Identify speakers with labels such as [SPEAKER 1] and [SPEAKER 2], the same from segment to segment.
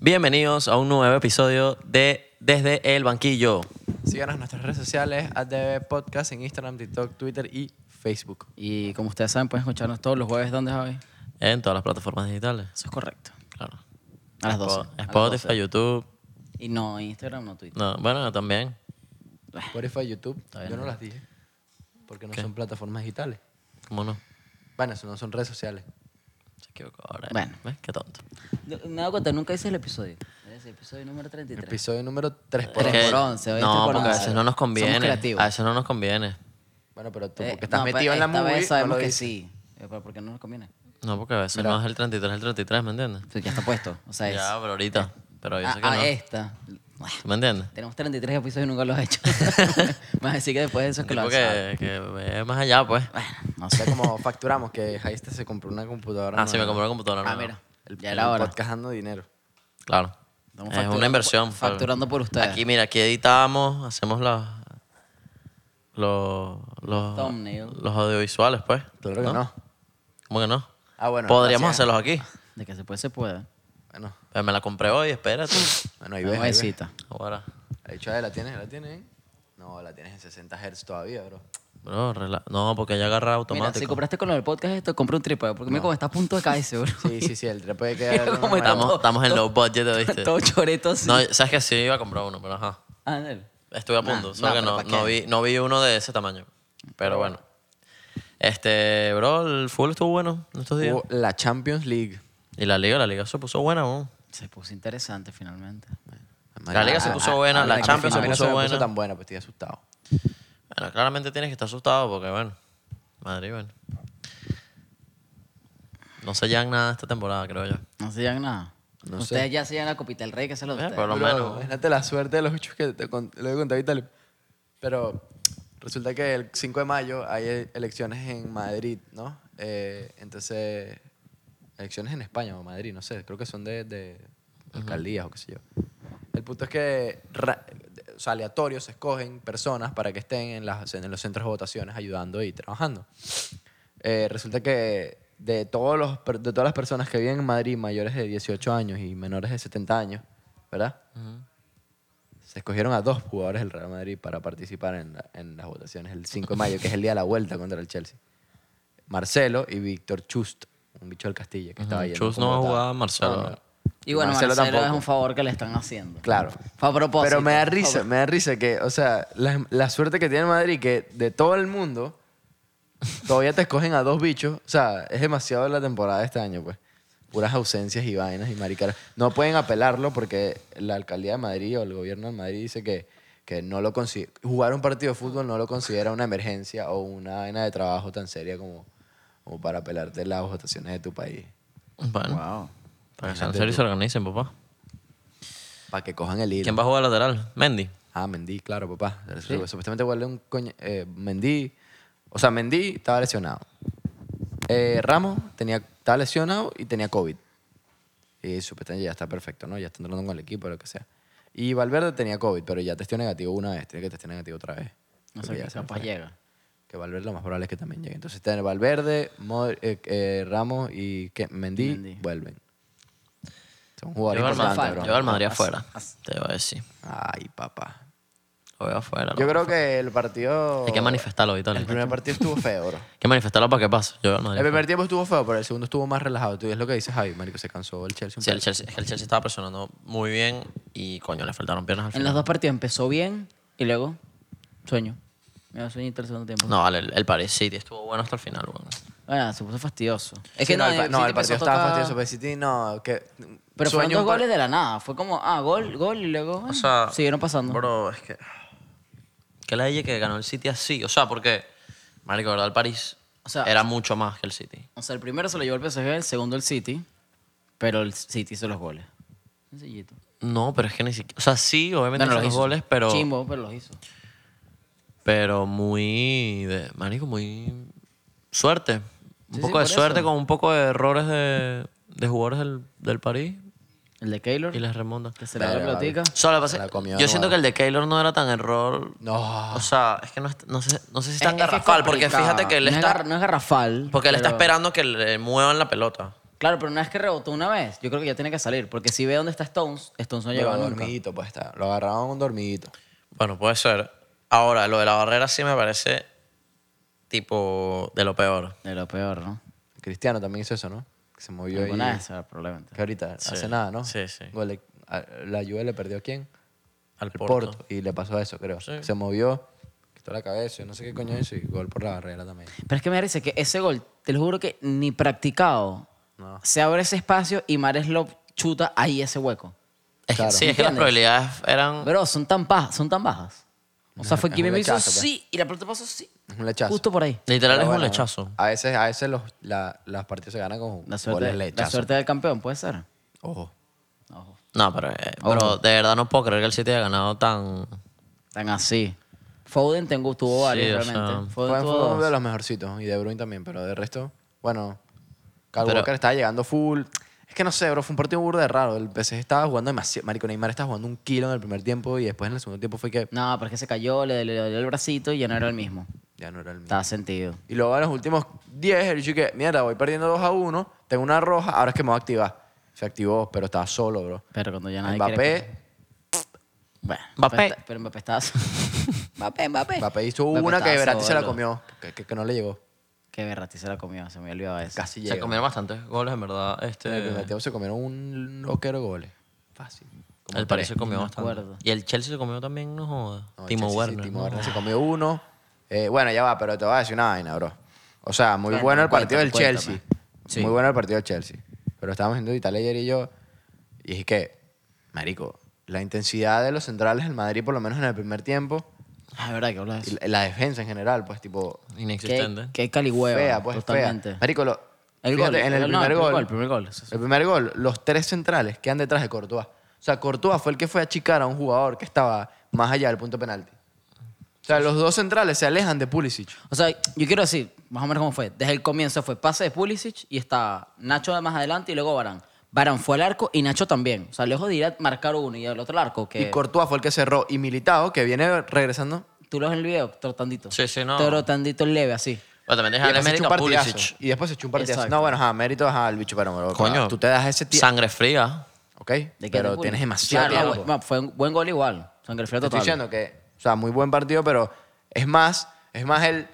[SPEAKER 1] Bienvenidos a un nuevo episodio de Desde el Banquillo.
[SPEAKER 2] Síganos en nuestras redes sociales, ADB Podcast, en Instagram, TikTok, Twitter y Facebook.
[SPEAKER 3] Y como ustedes saben, pueden escucharnos todos los jueves. ¿Dónde, Javi?
[SPEAKER 1] En todas las plataformas digitales.
[SPEAKER 3] Eso es correcto.
[SPEAKER 1] Claro.
[SPEAKER 3] A las 12.
[SPEAKER 1] Spo-
[SPEAKER 3] a las
[SPEAKER 1] Spotify,
[SPEAKER 3] 12.
[SPEAKER 1] YouTube.
[SPEAKER 3] Y no Instagram, no Twitter.
[SPEAKER 1] No, bueno, también.
[SPEAKER 2] Spotify, YouTube.
[SPEAKER 1] bien.
[SPEAKER 2] Yo no las dije. Porque no son plataformas digitales.
[SPEAKER 1] ¿Cómo no?
[SPEAKER 2] Bueno, eso no son redes sociales.
[SPEAKER 1] Se equivocó ahora.
[SPEAKER 3] Bueno.
[SPEAKER 1] ¿Ves? Qué tonto.
[SPEAKER 3] No, Me hago cuenta, nunca hice el episodio. Es el episodio número 33.
[SPEAKER 2] Episodio número 3
[SPEAKER 3] Tres
[SPEAKER 1] Es que-
[SPEAKER 3] por once, hoy tres
[SPEAKER 1] No,
[SPEAKER 3] por
[SPEAKER 1] porque a
[SPEAKER 3] once.
[SPEAKER 1] veces no nos
[SPEAKER 3] Somos
[SPEAKER 1] conviene.
[SPEAKER 3] creativos.
[SPEAKER 1] A veces no nos conviene.
[SPEAKER 2] Bueno, pero tú,
[SPEAKER 3] Eh,
[SPEAKER 2] porque estás
[SPEAKER 3] no,
[SPEAKER 2] metido
[SPEAKER 3] pero
[SPEAKER 2] en la
[SPEAKER 3] esta vez
[SPEAKER 2] movie,
[SPEAKER 3] sabemos
[SPEAKER 2] no lo
[SPEAKER 3] que
[SPEAKER 2] dices.
[SPEAKER 3] sí. Eh, Pero porque no nos conviene.
[SPEAKER 1] No, porque a veces no es el 33, es el 33, ¿me entiendes?
[SPEAKER 3] Pues ya está puesto. O sea, es.
[SPEAKER 1] Ya, pero ahorita. Pero yo
[SPEAKER 3] Ah,
[SPEAKER 1] sé que
[SPEAKER 3] ah,
[SPEAKER 1] no.
[SPEAKER 3] esta. Buah,
[SPEAKER 1] ¿Tú me entiendes?
[SPEAKER 3] Tenemos 33 episodios y nunca los he hecho. Más así que después de eso es que lo Ah,
[SPEAKER 1] Tipo
[SPEAKER 3] hago.
[SPEAKER 1] que, que ve más allá, pues.
[SPEAKER 3] Bueno, no
[SPEAKER 2] O
[SPEAKER 3] sé.
[SPEAKER 2] sea, como facturamos que Jaiste se compró una computadora.
[SPEAKER 1] Ah, sí, me
[SPEAKER 2] nueva.
[SPEAKER 1] compró la computadora.
[SPEAKER 3] Ah,
[SPEAKER 1] nueva.
[SPEAKER 3] mira.
[SPEAKER 2] El,
[SPEAKER 3] Ya era hora.
[SPEAKER 2] podcast dando dinero.
[SPEAKER 1] Claro.
[SPEAKER 3] Estamos
[SPEAKER 1] es
[SPEAKER 3] facturando
[SPEAKER 1] una inversión. pues.
[SPEAKER 3] por- facturando por ustedes.
[SPEAKER 1] Aquí, mira, aquí editamos, hacemos los, los, los,
[SPEAKER 3] Thumbnail.
[SPEAKER 1] los audiovisuales, pues.
[SPEAKER 2] Claro que no.
[SPEAKER 1] ¿Cómo que no?
[SPEAKER 2] Ah, bueno,
[SPEAKER 1] Podríamos
[SPEAKER 2] gracias.
[SPEAKER 1] hacerlos aquí.
[SPEAKER 3] De que se puede, se puede.
[SPEAKER 2] Bueno,
[SPEAKER 1] Pero me la compré hoy, espérate.
[SPEAKER 2] bueno, ahí ves.
[SPEAKER 3] Una
[SPEAKER 2] ahí ves.
[SPEAKER 3] besita.
[SPEAKER 1] Ahora.
[SPEAKER 2] La dicho de la tienes, la tienes. No, la tienes en 60 Hz todavía, bro.
[SPEAKER 1] Bro, rela- no, porque ya agarra automático.
[SPEAKER 3] Mira, si compraste con lo del podcast esto, compra un trípode. Porque mira cómo está a punto de caerse, bro.
[SPEAKER 2] Sí, este. sí, sí, el trepo de que
[SPEAKER 3] Como está
[SPEAKER 1] estamos,
[SPEAKER 3] todo-
[SPEAKER 1] estamos en
[SPEAKER 3] todo-
[SPEAKER 1] low budget, ¿viste?
[SPEAKER 3] Todo choreto así.
[SPEAKER 1] No, sabes que sí iba a comprar uno, pero ajá.
[SPEAKER 3] Ah, dale.
[SPEAKER 1] Estuve a punto,
[SPEAKER 3] Nah,
[SPEAKER 1] solo
[SPEAKER 3] nah,
[SPEAKER 1] que
[SPEAKER 3] pero
[SPEAKER 1] no,
[SPEAKER 3] ¿pa' qué?
[SPEAKER 1] no vi, no vi uno de ese tamaño. Pero bueno. Este, bro, el fútbol estuvo bueno en estos días.
[SPEAKER 2] Hubo la Champions League.
[SPEAKER 1] Y la liga, la liga se puso buena, bro.
[SPEAKER 3] Se puso interesante finalmente.
[SPEAKER 1] La liga se puso buena, la
[SPEAKER 2] a mí
[SPEAKER 1] Champions
[SPEAKER 2] no
[SPEAKER 1] se puso
[SPEAKER 2] me
[SPEAKER 1] buena.
[SPEAKER 2] tan buena, pues estoy asustado.
[SPEAKER 1] Bueno, claramente tienes que estar asustado porque, bueno, Madrid, bueno. No se llevan nada esta temporada, creo yo.
[SPEAKER 3] No se llevan nada.
[SPEAKER 2] No
[SPEAKER 3] ustedes
[SPEAKER 2] sé.
[SPEAKER 3] ya se llevan la copita del rey, que se lo de
[SPEAKER 1] Eh,
[SPEAKER 3] ustedes.
[SPEAKER 1] pero- Por lo
[SPEAKER 2] Bro,
[SPEAKER 1] menos.
[SPEAKER 2] Imagínate la suerte de los bichos que te con- lo he contado y tal. Pero resulta que el 5 de mayo hay e- elecciones en Madrid, ¿no? Eh, entonces, elecciones en España o Madrid, no sé, creo que son de, de alcaldías o qué sé yo. El punto es que ra- o sea, aleatorios se escogen personas para que estén en, las, en los centros de votaciones ayudando y trabajando. Eh, resulta que de, todos los, per- de todas las personas que viven en Madrid mayores de 18 años y menores de 70 años, ¿verdad? Se escogieron a dos jugadores del Real Madrid para participar en, la- en las votaciones el 5 de mayo, que es el día de la vuelta contra el Chelsea. Marcelo y Víctor Chust, un bicho del Castilla que estaba
[SPEAKER 1] Ujú,
[SPEAKER 2] ahí.
[SPEAKER 1] Chust no jugaba, Marcelo.
[SPEAKER 3] y bueno,
[SPEAKER 2] Marcelo
[SPEAKER 3] Marcelo, es
[SPEAKER 2] tampoco.
[SPEAKER 3] un favor que le están haciendo.
[SPEAKER 2] Claro.
[SPEAKER 3] Fue a propósito.
[SPEAKER 2] Pero me da
[SPEAKER 3] Fue a
[SPEAKER 2] risa, me da risa que, o sea, la, la suerte que tiene Madrid, que de todo el mundo, todavía te escogen a dos bichos. O sea, es demasiado la temporada de este año, pues. Puras ausencias y vainas y maricaras. No pueden apelarlo porque la alcaldía de Madrid o el gobierno de Madrid dice que, que no lo consi- jugar un partido de fútbol no lo considera una emergencia o una vaina de trabajo tan seria como, como para apelarte las votaciones de tu país.
[SPEAKER 1] Bueno,
[SPEAKER 3] Wow.
[SPEAKER 1] para que sean serios y se organicen, papá.
[SPEAKER 2] Para que cojan el hilo.
[SPEAKER 1] ¿Quién va a jugar lateral? Mendy.
[SPEAKER 2] Ah, Mendy, claro, papá. Supuestamente vuelve un coño. eh, Mendy. O sea, Mendy estaba lesionado. Eh, Ramos tenía, estaba lesionado y tenía COVID. Y supuestamente ya está perfecto, ¿no? Ya está entrenando con el equipo, lo que sea. Y Valverde tenía COVID, pero ya testió negativo una vez. Tiene que testear negativo otra vez.
[SPEAKER 3] No
[SPEAKER 2] Porque
[SPEAKER 3] sé
[SPEAKER 2] ya
[SPEAKER 3] qué
[SPEAKER 2] se
[SPEAKER 3] capaz
[SPEAKER 2] fue.
[SPEAKER 3] llega.
[SPEAKER 2] Que Valverde lo más probable es que también llegue. Entonces, tener Valverde, Mo- eh, eh, Ramos y ¿qué? Mendy,
[SPEAKER 3] Mendy.
[SPEAKER 2] vuelven. Son jugadores
[SPEAKER 1] Lleva al
[SPEAKER 2] importantes,
[SPEAKER 1] Madrid,
[SPEAKER 2] bro.
[SPEAKER 1] lleva al Madrid
[SPEAKER 3] As-
[SPEAKER 1] afuera.
[SPEAKER 3] as-
[SPEAKER 1] Te voy a decir.
[SPEAKER 2] Ay, papá.
[SPEAKER 1] Lo veo afuera.
[SPEAKER 2] Yo
[SPEAKER 1] loco.
[SPEAKER 2] creo que el partido...
[SPEAKER 1] Hay que manifestarlo y tal.
[SPEAKER 2] El
[SPEAKER 1] Hay
[SPEAKER 2] primer partido estuvo feo, bro.
[SPEAKER 1] que manifestarlo para que pase. Yo veo al Madrid.
[SPEAKER 2] El primer tiempo estuvo feo, pero el segundo estuvo más relajado. Tú ves lo que dices, Javi, marico, se cansó el Chelsea. un
[SPEAKER 1] Sí, el
[SPEAKER 2] poco.
[SPEAKER 1] Chelsea, es que el Chelsea estaba presionando muy bien y, coño, le faltaron piernas al
[SPEAKER 3] En
[SPEAKER 1] final.
[SPEAKER 3] los dos partidos empezó bien y luego sueño. Me da sueñito el segundo tiempo.
[SPEAKER 1] No, vale, el, el Paris City estuvo bueno hasta el final, weón.
[SPEAKER 3] Bueno, se puso fastidioso.
[SPEAKER 2] Sí, no, el, pa-
[SPEAKER 3] City
[SPEAKER 2] no, el
[SPEAKER 3] empezó
[SPEAKER 2] partido
[SPEAKER 3] a
[SPEAKER 2] estaba
[SPEAKER 3] tocar-
[SPEAKER 2] fastidioso, pero el City no, que...
[SPEAKER 3] Pero fueron
[SPEAKER 2] sueño
[SPEAKER 3] dos
[SPEAKER 2] un par-
[SPEAKER 3] goles de la nada. Fue como, ah, gol, gol y luego bueno,
[SPEAKER 1] O sea,
[SPEAKER 3] siguieron pasando.
[SPEAKER 1] Bro, es que. Que la idea que ganó el City así. O sea, porque. Marico, ¿verdad? El París
[SPEAKER 3] O sea-
[SPEAKER 1] era mucho más que el City.
[SPEAKER 3] O sea, el primero se lo llevó el PSG, el segundo el City, pero el City hizo los goles. Sencillito.
[SPEAKER 1] No, pero es que ni siquiera. O sea, sí, obviamente
[SPEAKER 3] No, no
[SPEAKER 1] hizo los
[SPEAKER 3] hizo.
[SPEAKER 1] goles, pero.
[SPEAKER 3] Chimbo, pero los hizo.
[SPEAKER 1] Pero muy. De, marico, muy. Suerte. Un
[SPEAKER 3] Sí, sí,
[SPEAKER 1] poco de
[SPEAKER 3] por
[SPEAKER 1] suerte
[SPEAKER 3] eso.
[SPEAKER 1] con un poco de errores de, de jugadores del, del París
[SPEAKER 3] El de Keylor,
[SPEAKER 1] y les remonta.
[SPEAKER 3] que se le da la
[SPEAKER 2] Verga, vale.
[SPEAKER 3] platica.
[SPEAKER 1] O sea, lo que
[SPEAKER 2] Se
[SPEAKER 1] pasa-
[SPEAKER 2] la comió
[SPEAKER 1] yo
[SPEAKER 2] de
[SPEAKER 1] siento
[SPEAKER 2] nuevo.
[SPEAKER 1] que el de Keylor no era tan error.
[SPEAKER 2] No.
[SPEAKER 1] O sea, es que no, es- no sé, no sé si es
[SPEAKER 3] Es-
[SPEAKER 1] tan
[SPEAKER 3] es que es
[SPEAKER 1] garrafal, porque
[SPEAKER 3] complicado.
[SPEAKER 1] fíjate que él
[SPEAKER 3] no es
[SPEAKER 1] está.
[SPEAKER 3] gar- no es garrafal.
[SPEAKER 1] Porque él está
[SPEAKER 3] pero-
[SPEAKER 1] esperando que le muevan la pelota.
[SPEAKER 3] Claro, pero una vez que rebotó una vez, yo creo que ya tiene que salir. Porque si ve dónde está Stones, Stones no
[SPEAKER 2] Pero
[SPEAKER 3] llegaba nunca.
[SPEAKER 2] dormidito, pues está. Lo agarraban dormidito.
[SPEAKER 1] Bueno, puede ser. Ahora, lo de la barrera sí me parece tipo de lo peor.
[SPEAKER 3] De lo peor, ¿no?
[SPEAKER 2] Cristiano también hizo eso, ¿no? Que se movió ahí.
[SPEAKER 3] Alguna vez, ah, probablemente.
[SPEAKER 2] Que ahorita
[SPEAKER 1] Sí,
[SPEAKER 2] hace nada, ¿no?
[SPEAKER 1] sí, sí.
[SPEAKER 2] Gol de- a- la Juve le perdió a quién?
[SPEAKER 1] Al
[SPEAKER 2] Al
[SPEAKER 1] Porto.
[SPEAKER 2] Y le pasó eso, creo.
[SPEAKER 1] Sí.
[SPEAKER 2] Se movió, quitó la cabeza, yo no sé qué coño hizo y gol por la barrera también.
[SPEAKER 3] Pero es que me parece que ese gol, te lo juro que ni practicado,
[SPEAKER 2] No.
[SPEAKER 3] se abre ese espacio y Mares lo chuta ahí ese hueco.
[SPEAKER 1] Es que-
[SPEAKER 2] Claro.
[SPEAKER 1] sí, es que las
[SPEAKER 3] ¿Entiendes?
[SPEAKER 1] probabilidades eran...
[SPEAKER 3] Pero son tan bajas, son tan bajas. O sea, fue
[SPEAKER 2] es
[SPEAKER 3] que
[SPEAKER 2] un
[SPEAKER 3] me hizo
[SPEAKER 2] lechazo, pues.
[SPEAKER 3] sí y la pelota pasó sí.
[SPEAKER 2] Es un lechazo.
[SPEAKER 3] Justo por ahí.
[SPEAKER 1] Literal
[SPEAKER 2] Pero
[SPEAKER 1] es un
[SPEAKER 2] bueno,
[SPEAKER 1] lechazo.
[SPEAKER 2] A veces, a veces los, la- las partidas se ganan con
[SPEAKER 3] La
[SPEAKER 2] goles
[SPEAKER 3] suerte, la
[SPEAKER 2] lechazos.
[SPEAKER 3] suerte del campeón, puede ser.
[SPEAKER 2] Ojo.
[SPEAKER 3] Ojo.
[SPEAKER 1] No, pero, eh, pero de verdad no puedo creer que el City haya ganado tan...
[SPEAKER 3] Tan así. Foden tengo, tuvo
[SPEAKER 1] Sí, o
[SPEAKER 3] varios
[SPEAKER 1] sea,
[SPEAKER 3] realmente. Foden
[SPEAKER 2] Fue,
[SPEAKER 3] tuvo
[SPEAKER 2] fue uno de
[SPEAKER 3] dos.
[SPEAKER 2] los mejorcitos y de Bruyne también, pero de resto, bueno, Kyle
[SPEAKER 1] Pero-
[SPEAKER 2] Walker estaba llegando full. Es que no sé, bro, fue un partido burda de raro. El PSG estaba jugando demasiado. Marico Neymar estaba jugando un kilo en el primer tiempo y después en el segundo tiempo fue que "Mm,
[SPEAKER 3] No, pero es que se cayó, le, le dolió el bracito y ya no era el mismo.
[SPEAKER 2] ya no era el mismo.
[SPEAKER 3] Estaba sentido.
[SPEAKER 2] Y luego en los últimos 10, el bicho que, mierda, voy perdiendo 2 a 1, tengo una roja, ahora es que me voy a activar. Se activó, pero estaba solo, bro.
[SPEAKER 3] Pero cuando ya nadie quiere-
[SPEAKER 2] Mbappé,
[SPEAKER 3] Bueno,
[SPEAKER 1] Mbappé.
[SPEAKER 3] está- Pero Mbappé estaba... Mbappé, Mbappé.
[SPEAKER 2] Mbappé hizo
[SPEAKER 3] Mbappé
[SPEAKER 2] una que
[SPEAKER 3] estaba
[SPEAKER 2] Verratti se la
[SPEAKER 3] solo.
[SPEAKER 2] comió, que, que- que no le llegó.
[SPEAKER 3] Que Berratti se la comió, se me olvidaba eso.
[SPEAKER 2] Casi
[SPEAKER 1] Se
[SPEAKER 2] llegó.
[SPEAKER 1] comieron bastantes goles, en verdad.
[SPEAKER 2] En el primer
[SPEAKER 1] Este,
[SPEAKER 2] tiempo se comieron un loquero de goles. Fácil. Como
[SPEAKER 1] el
[SPEAKER 2] tres.
[SPEAKER 1] París se comió
[SPEAKER 3] no me
[SPEAKER 1] bastante.
[SPEAKER 3] acuerdo.
[SPEAKER 1] Y el Chelsea se comió también, no joda.
[SPEAKER 2] No,
[SPEAKER 1] Timo
[SPEAKER 2] Chelsea sí,
[SPEAKER 1] Werner.
[SPEAKER 2] Timo
[SPEAKER 1] ¿no?
[SPEAKER 2] Werner se comió uno. Eh, bueno, ya va, pero te voy a decir una vaina, bro. O sea, muy
[SPEAKER 3] Cuéntame,
[SPEAKER 2] bueno el partido del
[SPEAKER 1] pues.
[SPEAKER 3] cuéntame,
[SPEAKER 2] Chelsea.
[SPEAKER 3] Sí.
[SPEAKER 2] Muy bueno el partido del Chelsea. Pero estábamos viendo Italia ayer y yo. Y dije que, marico, la intensidad de los centrales del Madrid, por lo menos en el primer tiempo,
[SPEAKER 3] Ah, es verdad que hablas de
[SPEAKER 2] y
[SPEAKER 3] eso.
[SPEAKER 2] la, la defensa en general, pues, tipo,
[SPEAKER 1] Inexistente.
[SPEAKER 3] Que, que calihueva.
[SPEAKER 2] fea, pues,
[SPEAKER 3] totalmente.
[SPEAKER 2] fea. Marico, lo-
[SPEAKER 3] El
[SPEAKER 2] fíjate,
[SPEAKER 3] gol.
[SPEAKER 2] en el,
[SPEAKER 3] no,
[SPEAKER 2] primer gol,
[SPEAKER 3] El primer gol. eso sí.
[SPEAKER 2] el primer gol, los tres centrales quedan detrás de Courtois. O sea, Courtois fue el que fue a achicar a un jugador que estaba más allá del punto penalti. O sea, los dos centrales se alejan de Pulisic.
[SPEAKER 3] O sea, yo quiero decir, más o menos cómo fue. Desde el comienzo fue pase de Pulisic y está Nacho más adelante y luego Barán. Barán fue al arco y Nacho también. O sea, lejos de ir a marcar uno y al otro al arco. Que
[SPEAKER 2] Y Courtois fue el que cerró. Y Militao, que viene regresando.
[SPEAKER 3] tú lo ves en el video, trotandito.
[SPEAKER 1] Sí, sí, no.
[SPEAKER 3] Trotandito leve, así.
[SPEAKER 1] Pero también
[SPEAKER 2] Y
[SPEAKER 1] dejan
[SPEAKER 2] después, se
[SPEAKER 1] América
[SPEAKER 2] echó un partidazo,
[SPEAKER 1] Pulisic.
[SPEAKER 2] y después se echó un partidazo.
[SPEAKER 3] Exacto.
[SPEAKER 2] No, bueno, ajá, mérito ajá, al bicho, pero bro,
[SPEAKER 1] Coño.
[SPEAKER 2] tú te das ese tiempo.
[SPEAKER 1] Sangre fría.
[SPEAKER 2] ¿Ok?
[SPEAKER 3] ¿De qué
[SPEAKER 2] Pero
[SPEAKER 3] Pulisic?
[SPEAKER 2] tienes demasiado
[SPEAKER 3] Claro, pues. no,
[SPEAKER 2] tiempo.
[SPEAKER 3] bueno, fue un buen gol igual. Sangre fría
[SPEAKER 2] Te
[SPEAKER 3] total.
[SPEAKER 2] estoy diciendo que, o sea, muy buen partido, pero es más, es más el,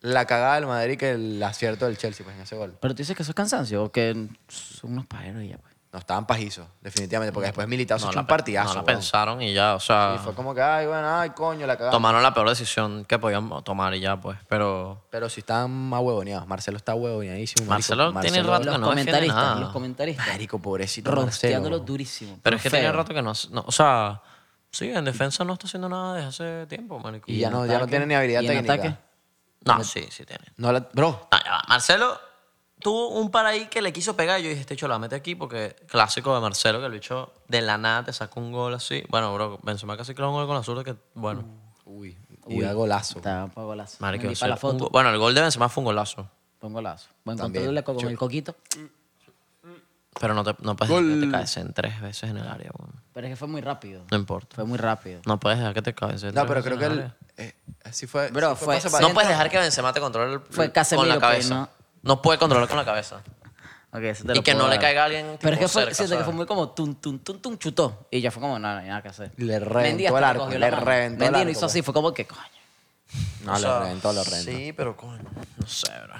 [SPEAKER 2] la cagada del Madrid que el acierto del Chelsea, pues en ese gol.
[SPEAKER 3] Pero tú dices que eso es cansancio o que son unos pajeros y ya, pues.
[SPEAKER 2] No estaban pajizos, definitivamente, porque después Militao se
[SPEAKER 1] No
[SPEAKER 2] echó
[SPEAKER 1] la,
[SPEAKER 2] un
[SPEAKER 1] pe-
[SPEAKER 2] partidazo.
[SPEAKER 1] no la
[SPEAKER 2] weón.
[SPEAKER 1] pensaron y ya, o sea,
[SPEAKER 2] Y fue como que, ay, bueno, ay, coño, la cagada.
[SPEAKER 1] tomaron la peor decisión que podían tomar y ya, pues. Pero
[SPEAKER 2] Pero si están más huevoneados. Marcelo está huevoneadísimo. marico.
[SPEAKER 1] Marcelo tiene rato que
[SPEAKER 3] Los
[SPEAKER 1] no defiende
[SPEAKER 3] comentaristas,
[SPEAKER 1] nada.
[SPEAKER 3] los comentaristas.
[SPEAKER 2] Marico, pobrecito Marcelo.
[SPEAKER 3] rosteándolo
[SPEAKER 2] bro.
[SPEAKER 3] durísimo.
[SPEAKER 1] Pero es que
[SPEAKER 3] feo.
[SPEAKER 1] tenía rato que no, hace- no- O sea, sí, en defensa no está haciendo nada desde hace tiempo, manico.
[SPEAKER 2] Y ya
[SPEAKER 3] en
[SPEAKER 2] no, ya no
[SPEAKER 3] ataque?
[SPEAKER 2] tiene ni habilidad
[SPEAKER 3] ¿Y en
[SPEAKER 2] técnica.
[SPEAKER 3] ataque?
[SPEAKER 1] No, sí, sí tiene.
[SPEAKER 2] No la, bro,
[SPEAKER 1] No, ya va. Marcelo tuvo un par ahí que le quiso pegar. y Yo dije, este hecho la mete aquí porque clásico de Marcelo, que el bicho de la nada te sacó un gol así. Bueno, bro, Benzema casi clavó un gol con la zurda que, bueno.
[SPEAKER 2] Mm, uy, y da golazo.
[SPEAKER 3] Está para golazo.
[SPEAKER 1] marico,
[SPEAKER 3] Mendy
[SPEAKER 1] o sea,
[SPEAKER 3] para la
[SPEAKER 1] un go-
[SPEAKER 3] foto.
[SPEAKER 1] bueno, el gol de Benzema fue un golazo.
[SPEAKER 3] Pon golazo. Buen
[SPEAKER 2] También.
[SPEAKER 3] control de la co- con el coquito.
[SPEAKER 1] Pero no, te, no puedes dejar que te caes en tres veces en el área, weón.
[SPEAKER 3] Pero es que fue muy rápido.
[SPEAKER 1] No importa.
[SPEAKER 3] Fue muy rápido.
[SPEAKER 1] No puedes dejar que te caes en
[SPEAKER 2] No,
[SPEAKER 1] tres
[SPEAKER 2] pero
[SPEAKER 1] veces
[SPEAKER 2] creo
[SPEAKER 1] en
[SPEAKER 2] que
[SPEAKER 1] el
[SPEAKER 2] él.
[SPEAKER 1] área.
[SPEAKER 2] eh, así fue.
[SPEAKER 3] Bro,
[SPEAKER 2] sí
[SPEAKER 3] fue-
[SPEAKER 2] pase
[SPEAKER 3] fue-
[SPEAKER 2] para
[SPEAKER 1] Pues, No puedes dejar que Benzema te controle el,
[SPEAKER 3] Fue
[SPEAKER 1] con
[SPEAKER 3] Casemiro,
[SPEAKER 1] la
[SPEAKER 3] pues,
[SPEAKER 1] cabeza.
[SPEAKER 3] ¿no?
[SPEAKER 1] no puede controlar con la cabeza.
[SPEAKER 3] Ok, eso te lo
[SPEAKER 1] Y que
[SPEAKER 3] puedo
[SPEAKER 1] no le
[SPEAKER 3] dar.
[SPEAKER 1] caiga a alguien, tipo,
[SPEAKER 3] Pero es que fue,
[SPEAKER 1] cerca,
[SPEAKER 3] siento que
[SPEAKER 1] ¿sabes?
[SPEAKER 3] fue muy como tum, tum, tum, tum, chutó. Y ya fue como, nada, nada que hacer.
[SPEAKER 2] Le
[SPEAKER 3] Mendy
[SPEAKER 2] reventó
[SPEAKER 3] hasta
[SPEAKER 2] el
[SPEAKER 3] le
[SPEAKER 2] arco,
[SPEAKER 3] cogió
[SPEAKER 2] le
[SPEAKER 3] la mano.
[SPEAKER 2] reventó el
[SPEAKER 3] Mendy lo
[SPEAKER 2] arco, pues.
[SPEAKER 3] hizo así, fue como que coño.
[SPEAKER 2] No,
[SPEAKER 1] O sea,
[SPEAKER 2] lo reventó, lo reventó.
[SPEAKER 1] Sí, pero coño. No sé, bro.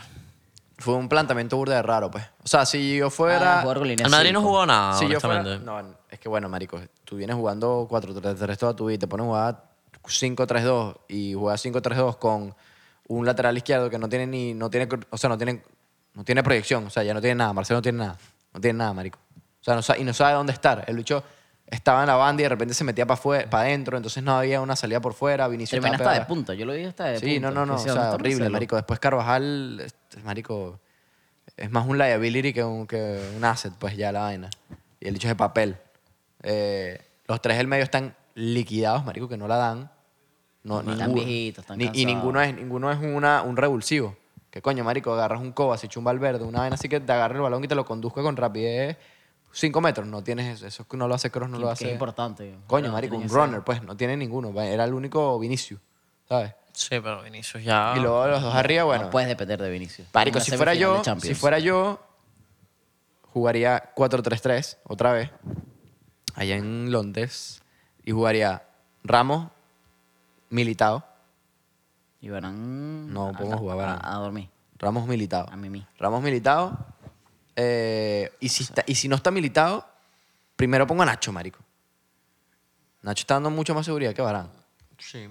[SPEAKER 2] Fue un planteamiento burda de raro, pues. O sea, si yo fuera.
[SPEAKER 3] Ah, jugar con línea
[SPEAKER 1] El Madrid
[SPEAKER 3] cinco.
[SPEAKER 1] no jugó nada,
[SPEAKER 2] si yo fuera.
[SPEAKER 1] honestamente.
[SPEAKER 2] No, es que bueno, marico, tú vienes jugando 4-3-3 toda tu vida y te pones a jugar 5-3-2 y juegas 5-3-2 con un lateral izquierdo que no tiene ni. No tiene, o sea, no tiene, no tiene proyección. O sea, ya no tiene nada. Marcelo no tiene nada. No tiene nada, marico. O sea, no sa- y no sabe dónde estar. El bicho estaba en la banda y de repente se metía para para adentro, entonces no había una salida por fuera. Vinicius
[SPEAKER 3] Termina
[SPEAKER 2] estaba
[SPEAKER 3] hasta de
[SPEAKER 2] pegado.
[SPEAKER 3] punta. Yo lo vi hasta de punta.
[SPEAKER 2] Sí, no, no, no. O sea,
[SPEAKER 3] Decía, ¿dónde está
[SPEAKER 2] horrible,
[SPEAKER 3] Marcelo?
[SPEAKER 2] marico. Después Carvajal, este, marico, es más un liability que un, que un asset, pues ya la vaina. Y el dicho es de papel. Eh, los tres del medio están liquidados, marico, que no la dan. No,
[SPEAKER 3] Están
[SPEAKER 2] ninguno.
[SPEAKER 3] viejitos, están
[SPEAKER 2] Ni- Y
[SPEAKER 3] cansados.
[SPEAKER 2] ninguno es, ninguno es una, un revulsivo. Que coño, marico, agarras un Kovacic, un Valverde, una vaina así que te agarra el balón y te lo conduzca con rapidez 5 metros. No tienes eso. Eso no lo hace Cross, no lo
[SPEAKER 3] Que- Que es
[SPEAKER 2] hace...
[SPEAKER 3] importante.
[SPEAKER 2] Coño,
[SPEAKER 3] No
[SPEAKER 2] marico, un
[SPEAKER 3] tienen
[SPEAKER 2] runner, pues. No tiene ninguno. Era el único Vinicius, ¿sabes?
[SPEAKER 1] Sí, pero Vinicius ya.
[SPEAKER 2] Y luego los dos arriba,
[SPEAKER 3] ese-
[SPEAKER 2] bueno.
[SPEAKER 3] No puedes depender de Vinicius.
[SPEAKER 2] Marico,
[SPEAKER 3] Una
[SPEAKER 2] si fuera
[SPEAKER 3] semifinal de
[SPEAKER 2] yo, si
[SPEAKER 3] Champions.
[SPEAKER 2] fuera yo, jugaría 4-3-3 otra vez, allá en Londres, y jugaría Ramos, Militao,
[SPEAKER 3] Y Barán.
[SPEAKER 2] No,
[SPEAKER 3] a-
[SPEAKER 2] podemos jugar Varane.
[SPEAKER 3] A, a dormir.
[SPEAKER 2] Ramos Militao.
[SPEAKER 3] A mimí.
[SPEAKER 2] Ramos Militao. eh, y, si está- y si no está Militao, primero pongo a Nacho, marico. Nacho está dando mucho más seguridad que Barán.
[SPEAKER 1] Sí.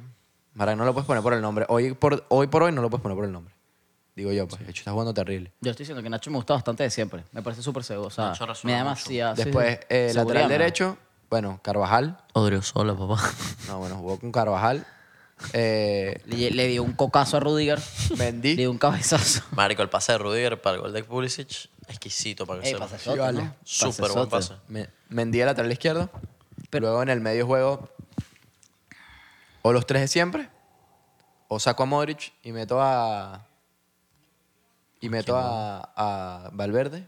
[SPEAKER 2] Barán no lo puedes poner por el nombre. Hoy por hoy, por hoy no lo puedes poner por el nombre. Digo yo, pues. De hecho, está jugando terrible.
[SPEAKER 3] Yo estoy diciendo que Nacho me gusta bastante de siempre. Me parece súper seguro. O sea,
[SPEAKER 1] Nacho resuelve
[SPEAKER 3] me da
[SPEAKER 1] mucho.
[SPEAKER 3] demasiada. Ah, sí,
[SPEAKER 2] Después,
[SPEAKER 3] sí.
[SPEAKER 2] eh,
[SPEAKER 3] Seguridad,
[SPEAKER 2] lateral
[SPEAKER 3] ¿no?
[SPEAKER 2] derecho, bueno, Carvajal.
[SPEAKER 1] Odriozola, papá.
[SPEAKER 2] No, bueno, jugó con Carvajal. Eh,
[SPEAKER 3] Le, le dio un cocazo a Rudiger.
[SPEAKER 2] Mendy.
[SPEAKER 3] le dio un cabezazo.
[SPEAKER 1] Marico, el pase de Rudiger para el gol de Pulisic, exquisito para que
[SPEAKER 3] Ey,
[SPEAKER 1] sepa.
[SPEAKER 3] pasesote,
[SPEAKER 2] vale.
[SPEAKER 3] ¿no? eh.
[SPEAKER 1] Súper buen pase.
[SPEAKER 3] Pasesote.
[SPEAKER 2] Me- Mendy al lateral izquierdo. Luego en el medio juego, o los tres de siempre, o saco a Modric y meto a. Y meto a, a Valverde.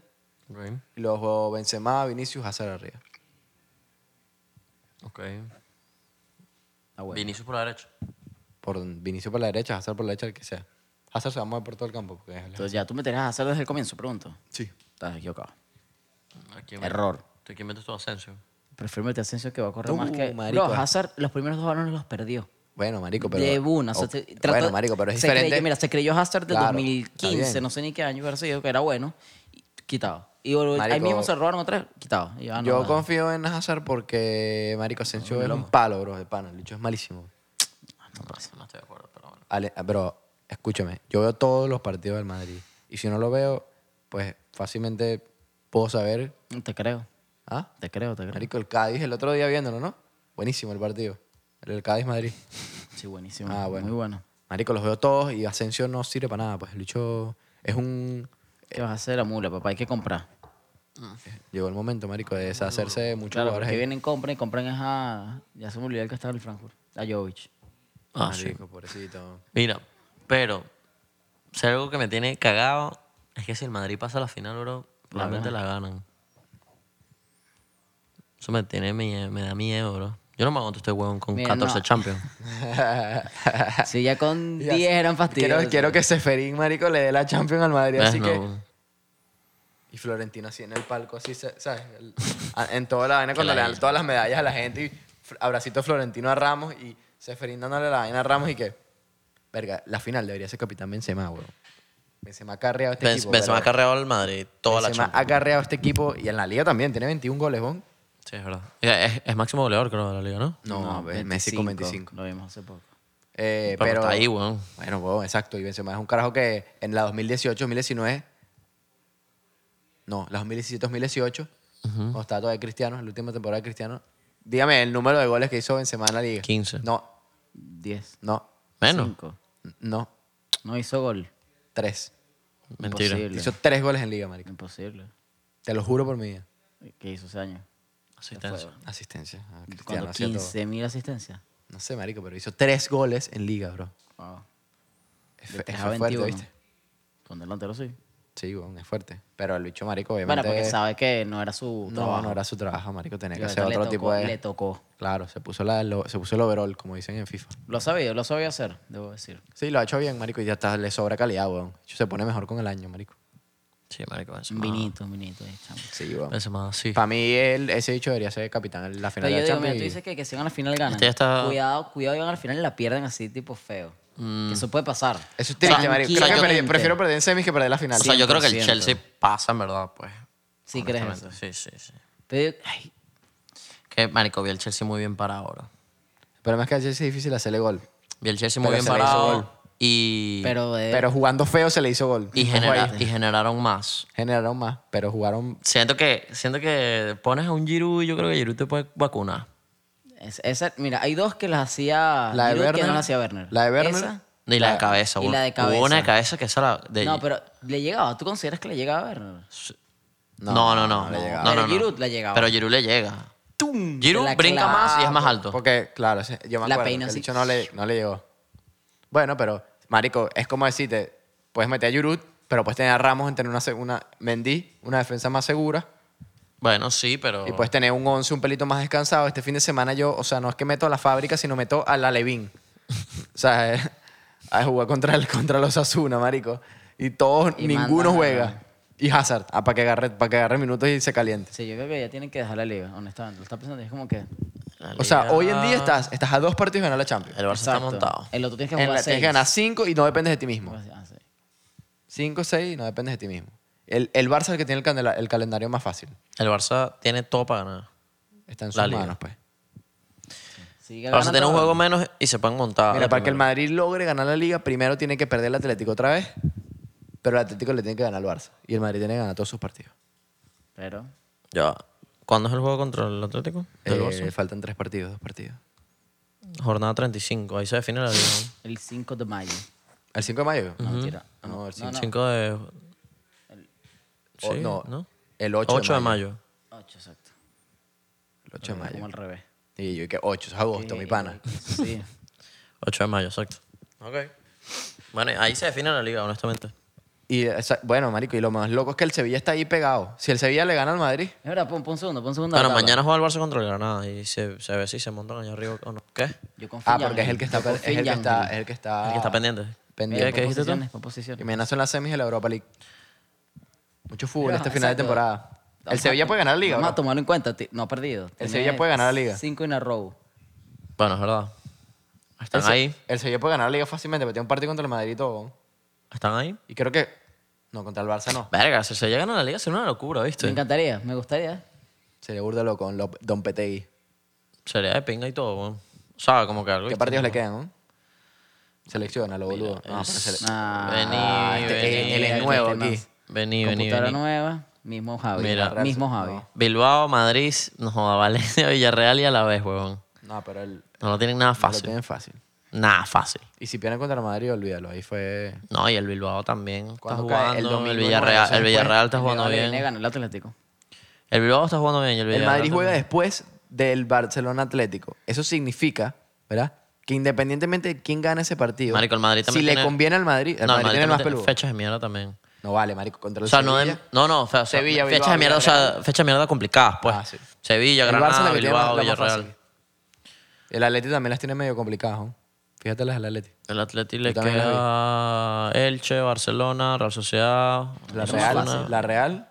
[SPEAKER 1] Ok.
[SPEAKER 2] Y luego juego Benzema, Vinicius, Hazard arriba.
[SPEAKER 1] Ok.
[SPEAKER 3] Ah, bueno.
[SPEAKER 1] Vinicius por la derecha.
[SPEAKER 2] Por Vinicius por la derecha, Hazard por la derecha, el que sea. Hazard se va a mover por todo el campo. Porque es la-
[SPEAKER 3] Entonces ya tú me tenías a hacer desde el comienzo, pregunto.
[SPEAKER 2] Sí.
[SPEAKER 3] Estás equivocado.
[SPEAKER 1] ¿A quién
[SPEAKER 3] Error.
[SPEAKER 1] ¿Tú quién metes tu Asensio?
[SPEAKER 3] Prefiero meter a Asensio que va a correr
[SPEAKER 2] Tú,
[SPEAKER 3] más que...
[SPEAKER 2] Uh, marico.
[SPEAKER 3] Bro, Hazard los primeros dos balones los perdió.
[SPEAKER 2] Bueno, marico, pero.
[SPEAKER 3] de una. o sea,
[SPEAKER 2] o-
[SPEAKER 3] se-
[SPEAKER 2] bueno, marico, pero es
[SPEAKER 3] se
[SPEAKER 2] diferente.
[SPEAKER 3] creyó- mira, se creyó Hazard del
[SPEAKER 2] Claro, está
[SPEAKER 3] 2015,
[SPEAKER 2] bien.
[SPEAKER 3] no sé ni qué año, pero se dijo que era bueno. y- quitado. Y vol- ahí
[SPEAKER 2] Marico.
[SPEAKER 3] mismo se robaron otra vez, quitado. Y ya no,
[SPEAKER 2] Yo
[SPEAKER 3] nada.
[SPEAKER 2] confío en Hazard porque Marico Asensio es un palo, bro, de pana. El bicho es malísimo.
[SPEAKER 3] No pasa.
[SPEAKER 1] No estoy de acuerdo, pero bueno.
[SPEAKER 2] Ale- pero escúchame, yo veo todos los partidos del Madrid. Y si no lo veo, pues fácilmente puedo saber.
[SPEAKER 3] Te creo,
[SPEAKER 2] Ah,
[SPEAKER 3] te creo, te creo.
[SPEAKER 2] Marico, el Cádiz el otro día viéndolo, ¿no? Buenísimo el partido. El del Cádiz-Madrid.
[SPEAKER 3] Sí, buenísimo.
[SPEAKER 2] Ah, bueno.
[SPEAKER 3] Muy bueno.
[SPEAKER 2] Marico, los veo todos y Asensio no sirve para nada. Pues el bicho es un.
[SPEAKER 3] ¿Qué vas a hacer la mula, papá? Hay que comprar. Ah.
[SPEAKER 2] Llegó el momento, Marico, de deshacerse de muchos
[SPEAKER 3] Claro,
[SPEAKER 2] jugadores.
[SPEAKER 3] porque
[SPEAKER 2] ahí.
[SPEAKER 3] vienen, compran y compran es a... Ya se me olvidó el que estaba en el Frankfurt. A Jovic.
[SPEAKER 1] Ah, sí.
[SPEAKER 2] Marico, pobrecito.
[SPEAKER 1] Mira, pero si algo que me tiene cagado es que si el Madrid pasa a la final, bro, probablemente la ganan. Eso me tiene mie- me da miedo, bro. Yo no me aguanto este huevón con
[SPEAKER 3] Mira,
[SPEAKER 1] 14
[SPEAKER 3] no.
[SPEAKER 1] champions.
[SPEAKER 3] Sí, ya con 10 eran fastidiosos.
[SPEAKER 2] Quiero, quiero que Seferín, Marico, le dé la Champions al Madrid.
[SPEAKER 1] Ves,
[SPEAKER 2] así
[SPEAKER 1] no,
[SPEAKER 2] que.
[SPEAKER 1] bro.
[SPEAKER 3] este
[SPEAKER 2] Y Florentino así en el palco, así, se- ¿sabes? El- a- en toda la vaina, cuando le dan todas las medallas a la gente. Y fr- abracito Florentino a Ramos y Seferín dándole la vaina a Ramos y que... Verga, la final debería ser capitán Benzema, weón. Benzema ha carreado este
[SPEAKER 1] Ben-
[SPEAKER 2] equipo.
[SPEAKER 1] Benzema ha
[SPEAKER 2] pero-
[SPEAKER 1] carreado al Madrid toda la
[SPEAKER 2] Benzema
[SPEAKER 1] Champions.
[SPEAKER 2] ha carreado este equipo y en la liga también. Tiene 21 goles, ¿bon?
[SPEAKER 1] Sí, es verdad. Es, es máximo goleador, creo, de la liga, ¿no?
[SPEAKER 2] No,
[SPEAKER 3] es
[SPEAKER 2] Messi con 25.
[SPEAKER 3] Lo vimos hace poco.
[SPEAKER 2] Eh,
[SPEAKER 1] Pero,
[SPEAKER 2] pero,
[SPEAKER 1] está ahí, weón.
[SPEAKER 2] Bueno, weón, exacto. Y Benzema es un carajo que en la 2018-2019... No, la 2017-2018, cuando estaba todavía Cristiano, en la última temporada de Cristiano. Dígame el número de goles que hizo Benzema en la liga.
[SPEAKER 1] 15.
[SPEAKER 2] No,
[SPEAKER 3] 10.
[SPEAKER 2] no,
[SPEAKER 1] Menos.
[SPEAKER 3] Cinco.
[SPEAKER 2] no.
[SPEAKER 3] No hizo gol.
[SPEAKER 2] Tres.
[SPEAKER 1] Mentira.
[SPEAKER 3] Imposible.
[SPEAKER 2] Hizo tres goles en liga, marico.
[SPEAKER 3] Imposible.
[SPEAKER 2] Te lo juro por mi vida.
[SPEAKER 3] ¿Qué hizo ese año?
[SPEAKER 1] Asistencia.
[SPEAKER 2] Asistencia. a Cristiano
[SPEAKER 3] Cuando
[SPEAKER 2] hacía todo.
[SPEAKER 3] 15.000 asistencias.
[SPEAKER 2] No sé, marico, pero hizo tres goles en liga, bro.
[SPEAKER 3] Wow.
[SPEAKER 2] Es,
[SPEAKER 3] De
[SPEAKER 2] fe-
[SPEAKER 3] 3
[SPEAKER 2] es
[SPEAKER 3] a
[SPEAKER 2] fuerte,
[SPEAKER 3] 21.
[SPEAKER 2] ¿viste?
[SPEAKER 3] Con delantero sí.
[SPEAKER 2] Sí, weón, es fuerte. Pero el bicho, marico,
[SPEAKER 3] Bueno,
[SPEAKER 2] obviamente...
[SPEAKER 3] porque sabe que no era su
[SPEAKER 2] no,
[SPEAKER 3] trabajo.
[SPEAKER 2] no era su trabajo, marico. Tenía que
[SPEAKER 3] Pero
[SPEAKER 2] hacer
[SPEAKER 3] le
[SPEAKER 2] otro
[SPEAKER 3] tocó-
[SPEAKER 2] tipo de...
[SPEAKER 3] Le tocó.
[SPEAKER 2] Claro, se puso, la, lo- se puso el overall, como dicen en FIFA.
[SPEAKER 3] Lo sabía, lo sabía hacer, debo decir.
[SPEAKER 2] Sí, lo ha hecho bien, marico, y ya está, le sobra calidad, weón. De hecho, Se pone mejor con el año, marico.
[SPEAKER 1] Sí, marico,
[SPEAKER 3] Un
[SPEAKER 1] Benzema.
[SPEAKER 3] vinito, un vinito. ahí, chamo.
[SPEAKER 2] Sí, weón.
[SPEAKER 1] Benzema, sí.
[SPEAKER 2] Para mí, él, ese bicho debería ser capitán en la
[SPEAKER 3] Pero
[SPEAKER 2] final
[SPEAKER 3] yo
[SPEAKER 2] de la
[SPEAKER 3] digo, mira,
[SPEAKER 2] Champions.
[SPEAKER 3] tú
[SPEAKER 2] y-
[SPEAKER 3] dices que, que si van a la final ganan.
[SPEAKER 1] Este ya está-
[SPEAKER 3] Cuidado, cuidado, llegan a la final y la pierden así, tipo feo.
[SPEAKER 1] Mm.
[SPEAKER 3] Que eso puede pasar.
[SPEAKER 2] Eso es triste, marico. Creo que
[SPEAKER 3] Tranquilamente.
[SPEAKER 2] perdí- prefiero perder en semis que perder la final.
[SPEAKER 1] O sea, yo creo que el
[SPEAKER 3] 100%.
[SPEAKER 1] Chelsea pasa, en verdad, pues.
[SPEAKER 3] Sí, crees
[SPEAKER 1] honestamente. Sí, sí, sí.
[SPEAKER 3] Pero, ay,
[SPEAKER 1] Que, marico, vi el Chelsea muy bien parado, bro.
[SPEAKER 2] Pero más que a Chelsea es difícil hacerle gol.
[SPEAKER 1] Vi el Chelsea muy
[SPEAKER 2] Pero
[SPEAKER 1] bien
[SPEAKER 2] se le hizo gol.
[SPEAKER 1] parado. Y,
[SPEAKER 3] pero, eh, de-
[SPEAKER 2] Pero jugando feo se le hizo gol.
[SPEAKER 1] y,
[SPEAKER 2] Ojo
[SPEAKER 1] genera-
[SPEAKER 2] ahí.
[SPEAKER 1] y generaron más.
[SPEAKER 2] Generaron más, pero jugaron...
[SPEAKER 1] Siento que, siento que pones a un Giroud y yo creo que Giroud te puede vacunar.
[SPEAKER 3] Es- esa- mira, hay dos que las hacía
[SPEAKER 2] La de
[SPEAKER 3] Giroud, que
[SPEAKER 2] Werner.
[SPEAKER 3] no las hacía Werner.
[SPEAKER 2] La de Werner.
[SPEAKER 3] Esa,
[SPEAKER 1] Y
[SPEAKER 2] Ah,
[SPEAKER 1] la de cabeza,
[SPEAKER 3] y
[SPEAKER 1] weón.
[SPEAKER 3] la de
[SPEAKER 1] Hubo
[SPEAKER 3] cabeza.
[SPEAKER 1] una de cabeza que esa la... de-
[SPEAKER 3] No, pero le llegaba. ¿Tú consideras que le llegaba a Werner?
[SPEAKER 1] no, no, no. No,
[SPEAKER 2] le llegaba.
[SPEAKER 1] no,
[SPEAKER 3] Pero
[SPEAKER 1] no.
[SPEAKER 3] Giroud le llegaba.
[SPEAKER 1] Pero Giroud le llega.
[SPEAKER 2] ¡Tum!
[SPEAKER 1] Giroud
[SPEAKER 3] la
[SPEAKER 1] brinca
[SPEAKER 3] clava,
[SPEAKER 1] más y es más alto.
[SPEAKER 2] Porque, claro, sí, yo me
[SPEAKER 3] La
[SPEAKER 2] acuerdo
[SPEAKER 3] peina
[SPEAKER 2] que el
[SPEAKER 3] así.
[SPEAKER 2] bicho no le, no le llegó. Bueno, pero, marico, es como decirte, puedes meter a Yurut, pero puedes tener a Ramos en tener una, se- una Mendy, una defensa más segura,
[SPEAKER 1] Bueno, sí, pero...
[SPEAKER 2] y pues, puedes tener un 11 un pelito más descansado. Este fin de semana yo, o sea, no es que meto a la fábrica, sino meto a la Levín. o sea, eh, a jugar contra, el, contra los Asuna, marico. Y todos,
[SPEAKER 3] Y
[SPEAKER 2] ninguno
[SPEAKER 3] mandas a-
[SPEAKER 2] juega. Y Hazard, ah, para que agarre, para que agarre minutos y se caliente.
[SPEAKER 3] Sí, yo creo que ya tienen que dejar la liga, honestamente. Lo está pensando, y es como que.
[SPEAKER 1] La
[SPEAKER 2] O sea,
[SPEAKER 1] liga-
[SPEAKER 2] hoy
[SPEAKER 3] Ah.
[SPEAKER 2] en día estás, estás a dos partidos de ganar la Champions.
[SPEAKER 1] El Barça está
[SPEAKER 3] Exacto.
[SPEAKER 1] montado.
[SPEAKER 3] El otro tienes que
[SPEAKER 2] En
[SPEAKER 3] jugar
[SPEAKER 2] la- tienes
[SPEAKER 3] seis.
[SPEAKER 2] que ganar cinco y no dependes de ti mismo.
[SPEAKER 3] Ah, sí.
[SPEAKER 2] Cinco, seis y no dependes de ti mismo. El, el Barça es el que tiene el, candela- el calendario más fácil.
[SPEAKER 1] El Barça tiene todo para ganar.
[SPEAKER 2] Está
[SPEAKER 1] La
[SPEAKER 2] en sus
[SPEAKER 1] liga.
[SPEAKER 2] manos, pues.
[SPEAKER 3] Sí,
[SPEAKER 1] El Barça tiene un
[SPEAKER 3] ganando-
[SPEAKER 1] juego menos y se pueden montar.
[SPEAKER 2] Mira, para que el Madrid logre ganar la liga, primero tiene que perder el Atlético otra vez, pero el Atlético le tiene que ganar al Barça. Y el Madrid tiene que ganar todos sus partidos.
[SPEAKER 3] Pero.
[SPEAKER 1] Ya. ¿Cuándo es el juego contra el Atlético? Del
[SPEAKER 2] Eh,
[SPEAKER 1] Barça.
[SPEAKER 2] faltan tres partidos, dos partidos.
[SPEAKER 1] Jornada 35. Ahí se define la liga. ¿no?
[SPEAKER 3] El 5 de mayo.
[SPEAKER 2] ¿El 5 de mayo?
[SPEAKER 3] No, mentira.
[SPEAKER 2] No, el 5
[SPEAKER 1] Cinco de...
[SPEAKER 2] O-
[SPEAKER 1] Ah, Sí,
[SPEAKER 2] no,
[SPEAKER 1] ¿no?
[SPEAKER 2] el 8 de
[SPEAKER 1] de mayo.
[SPEAKER 3] 8, exacto.
[SPEAKER 2] El 8 de
[SPEAKER 3] Como
[SPEAKER 2] mayo.
[SPEAKER 3] al revés.
[SPEAKER 2] Y yo que 8 es agosto, mi pana.
[SPEAKER 3] Sí.
[SPEAKER 1] 8 de mayo, exacto. Ok. Bueno, ahí se define la liga, honestamente.
[SPEAKER 2] Y esa- bueno, marico, y lo más loco es que el Sevilla está ahí pegado. Si el Sevilla le gana al Madrid,
[SPEAKER 3] Es verdad, pon, pon un segundo, pon un segundo. a la
[SPEAKER 1] Bueno,
[SPEAKER 3] tabla.
[SPEAKER 1] mañana juega el Barça contra el Granada y se, se ve si se montan allá arriba o no. ¿Qué? El
[SPEAKER 3] Yo confío
[SPEAKER 2] ah,
[SPEAKER 3] en
[SPEAKER 2] porque es
[SPEAKER 3] Ángel.
[SPEAKER 2] el que está,
[SPEAKER 3] Yo
[SPEAKER 2] es
[SPEAKER 3] confío
[SPEAKER 2] el
[SPEAKER 3] en
[SPEAKER 2] que está,
[SPEAKER 3] Ángel.
[SPEAKER 2] es el que está,
[SPEAKER 1] que está pendiente.
[SPEAKER 2] pendiente.
[SPEAKER 1] ¿Qué
[SPEAKER 3] Pon
[SPEAKER 1] dijiste tú?
[SPEAKER 3] posiciones, pon
[SPEAKER 2] Y
[SPEAKER 3] posiciones.
[SPEAKER 2] mañana son las semis de la Europa League. Mucho fútbol
[SPEAKER 3] Mira,
[SPEAKER 2] este final de
[SPEAKER 3] exacto.
[SPEAKER 2] temporada. El
[SPEAKER 3] Vamos
[SPEAKER 2] Sevilla
[SPEAKER 3] a-
[SPEAKER 2] puede ganar la liga.
[SPEAKER 3] Vamos a
[SPEAKER 2] bro.
[SPEAKER 3] tomarlo en cuenta. ti- No ha perdido. Tiene
[SPEAKER 2] Sevilla puede ganar la liga.
[SPEAKER 3] Cinco in a row.
[SPEAKER 1] Bueno, es verdad. Están
[SPEAKER 2] El Se-
[SPEAKER 1] ahí.
[SPEAKER 2] El Sevilla puede ganar la liga fácilmente, pero tiene un partido contra el Madrid y todo. bro.
[SPEAKER 1] Están ahí.
[SPEAKER 2] Y creo que. No, contra el Barça no.
[SPEAKER 1] Verga, si se llegan a la liga sería una locura,
[SPEAKER 3] Me
[SPEAKER 1] ¿viste?
[SPEAKER 3] encantaría, me gustaría.
[SPEAKER 2] Sería burda loco con lo- Don Petegui.
[SPEAKER 1] Sería de pinga y todo, weón. O sea, como que algo.
[SPEAKER 2] ¿Qué partidos le quedan? no? Selecciona, lo boludo. No, pero sele-
[SPEAKER 3] Ah,
[SPEAKER 1] Vení,
[SPEAKER 2] Ah, este-
[SPEAKER 1] vení.
[SPEAKER 2] él, él es
[SPEAKER 3] este
[SPEAKER 2] nuevo
[SPEAKER 3] tema.
[SPEAKER 2] aquí.
[SPEAKER 1] Vení, vení,
[SPEAKER 3] Computadora
[SPEAKER 1] vení.
[SPEAKER 3] nueva, mismo Javi.
[SPEAKER 1] Mira.
[SPEAKER 3] mismo Javi.
[SPEAKER 2] No.
[SPEAKER 1] Bilbao, Madrid, no joda, Valencia, Villarreal y a la vez, weón.
[SPEAKER 2] No, pero él
[SPEAKER 1] No lo tienen nada
[SPEAKER 2] no lo
[SPEAKER 1] fácil.
[SPEAKER 2] tienen fácil.
[SPEAKER 1] Nada fácil.
[SPEAKER 2] Y si pierden contra el Madrid, olvídalo. Ahí fue.
[SPEAKER 1] No, y el Bilbao también está
[SPEAKER 2] ¿Cuándo cae?
[SPEAKER 1] jugando. El,
[SPEAKER 2] El domingo, bueno,
[SPEAKER 1] Villarreal,
[SPEAKER 2] eso
[SPEAKER 1] el
[SPEAKER 2] después.
[SPEAKER 1] Villarreal está
[SPEAKER 3] Le
[SPEAKER 1] jugando
[SPEAKER 3] gana-
[SPEAKER 1] bien.
[SPEAKER 3] le gana el Atlético.
[SPEAKER 1] El Bilbao está jugando bien. y El,
[SPEAKER 2] El
[SPEAKER 1] Villarreal
[SPEAKER 2] Madrid juega
[SPEAKER 1] también.
[SPEAKER 2] después del Barcelona Atlético. Eso significa, ¿verdad? Que independientemente de quién gane ese partido,
[SPEAKER 1] Marico, el Madrid
[SPEAKER 2] si
[SPEAKER 1] también
[SPEAKER 2] le
[SPEAKER 1] tiene-
[SPEAKER 2] conviene al Madrid, el
[SPEAKER 1] No,
[SPEAKER 2] Madrid, tiene el más
[SPEAKER 1] también
[SPEAKER 2] peludo.
[SPEAKER 1] Fechas de mierda también.
[SPEAKER 2] No vale, marico, contra el
[SPEAKER 1] O sea, no, de,
[SPEAKER 2] Sevilla.
[SPEAKER 1] no, no, o sea,
[SPEAKER 2] Sevilla,
[SPEAKER 1] fechas
[SPEAKER 2] Bilbao,
[SPEAKER 1] de mierda, o sea,
[SPEAKER 2] Villarreal.
[SPEAKER 1] fechas de mierda complicadas, pues.
[SPEAKER 2] Ah, sí.
[SPEAKER 1] Sevilla,
[SPEAKER 2] El Barça es la
[SPEAKER 1] Granada,
[SPEAKER 2] que tiene
[SPEAKER 1] Bilbao,
[SPEAKER 2] la más fácil.
[SPEAKER 1] Villarreal.
[SPEAKER 2] El Atlético también las tiene medio complicadas, ¿no? Fíjate las del Atlético.
[SPEAKER 1] El Atleti le
[SPEAKER 2] también la
[SPEAKER 1] queda Elche, Barcelona, Real Sociedad,
[SPEAKER 2] La
[SPEAKER 1] Osasuna.
[SPEAKER 2] Real, la Real.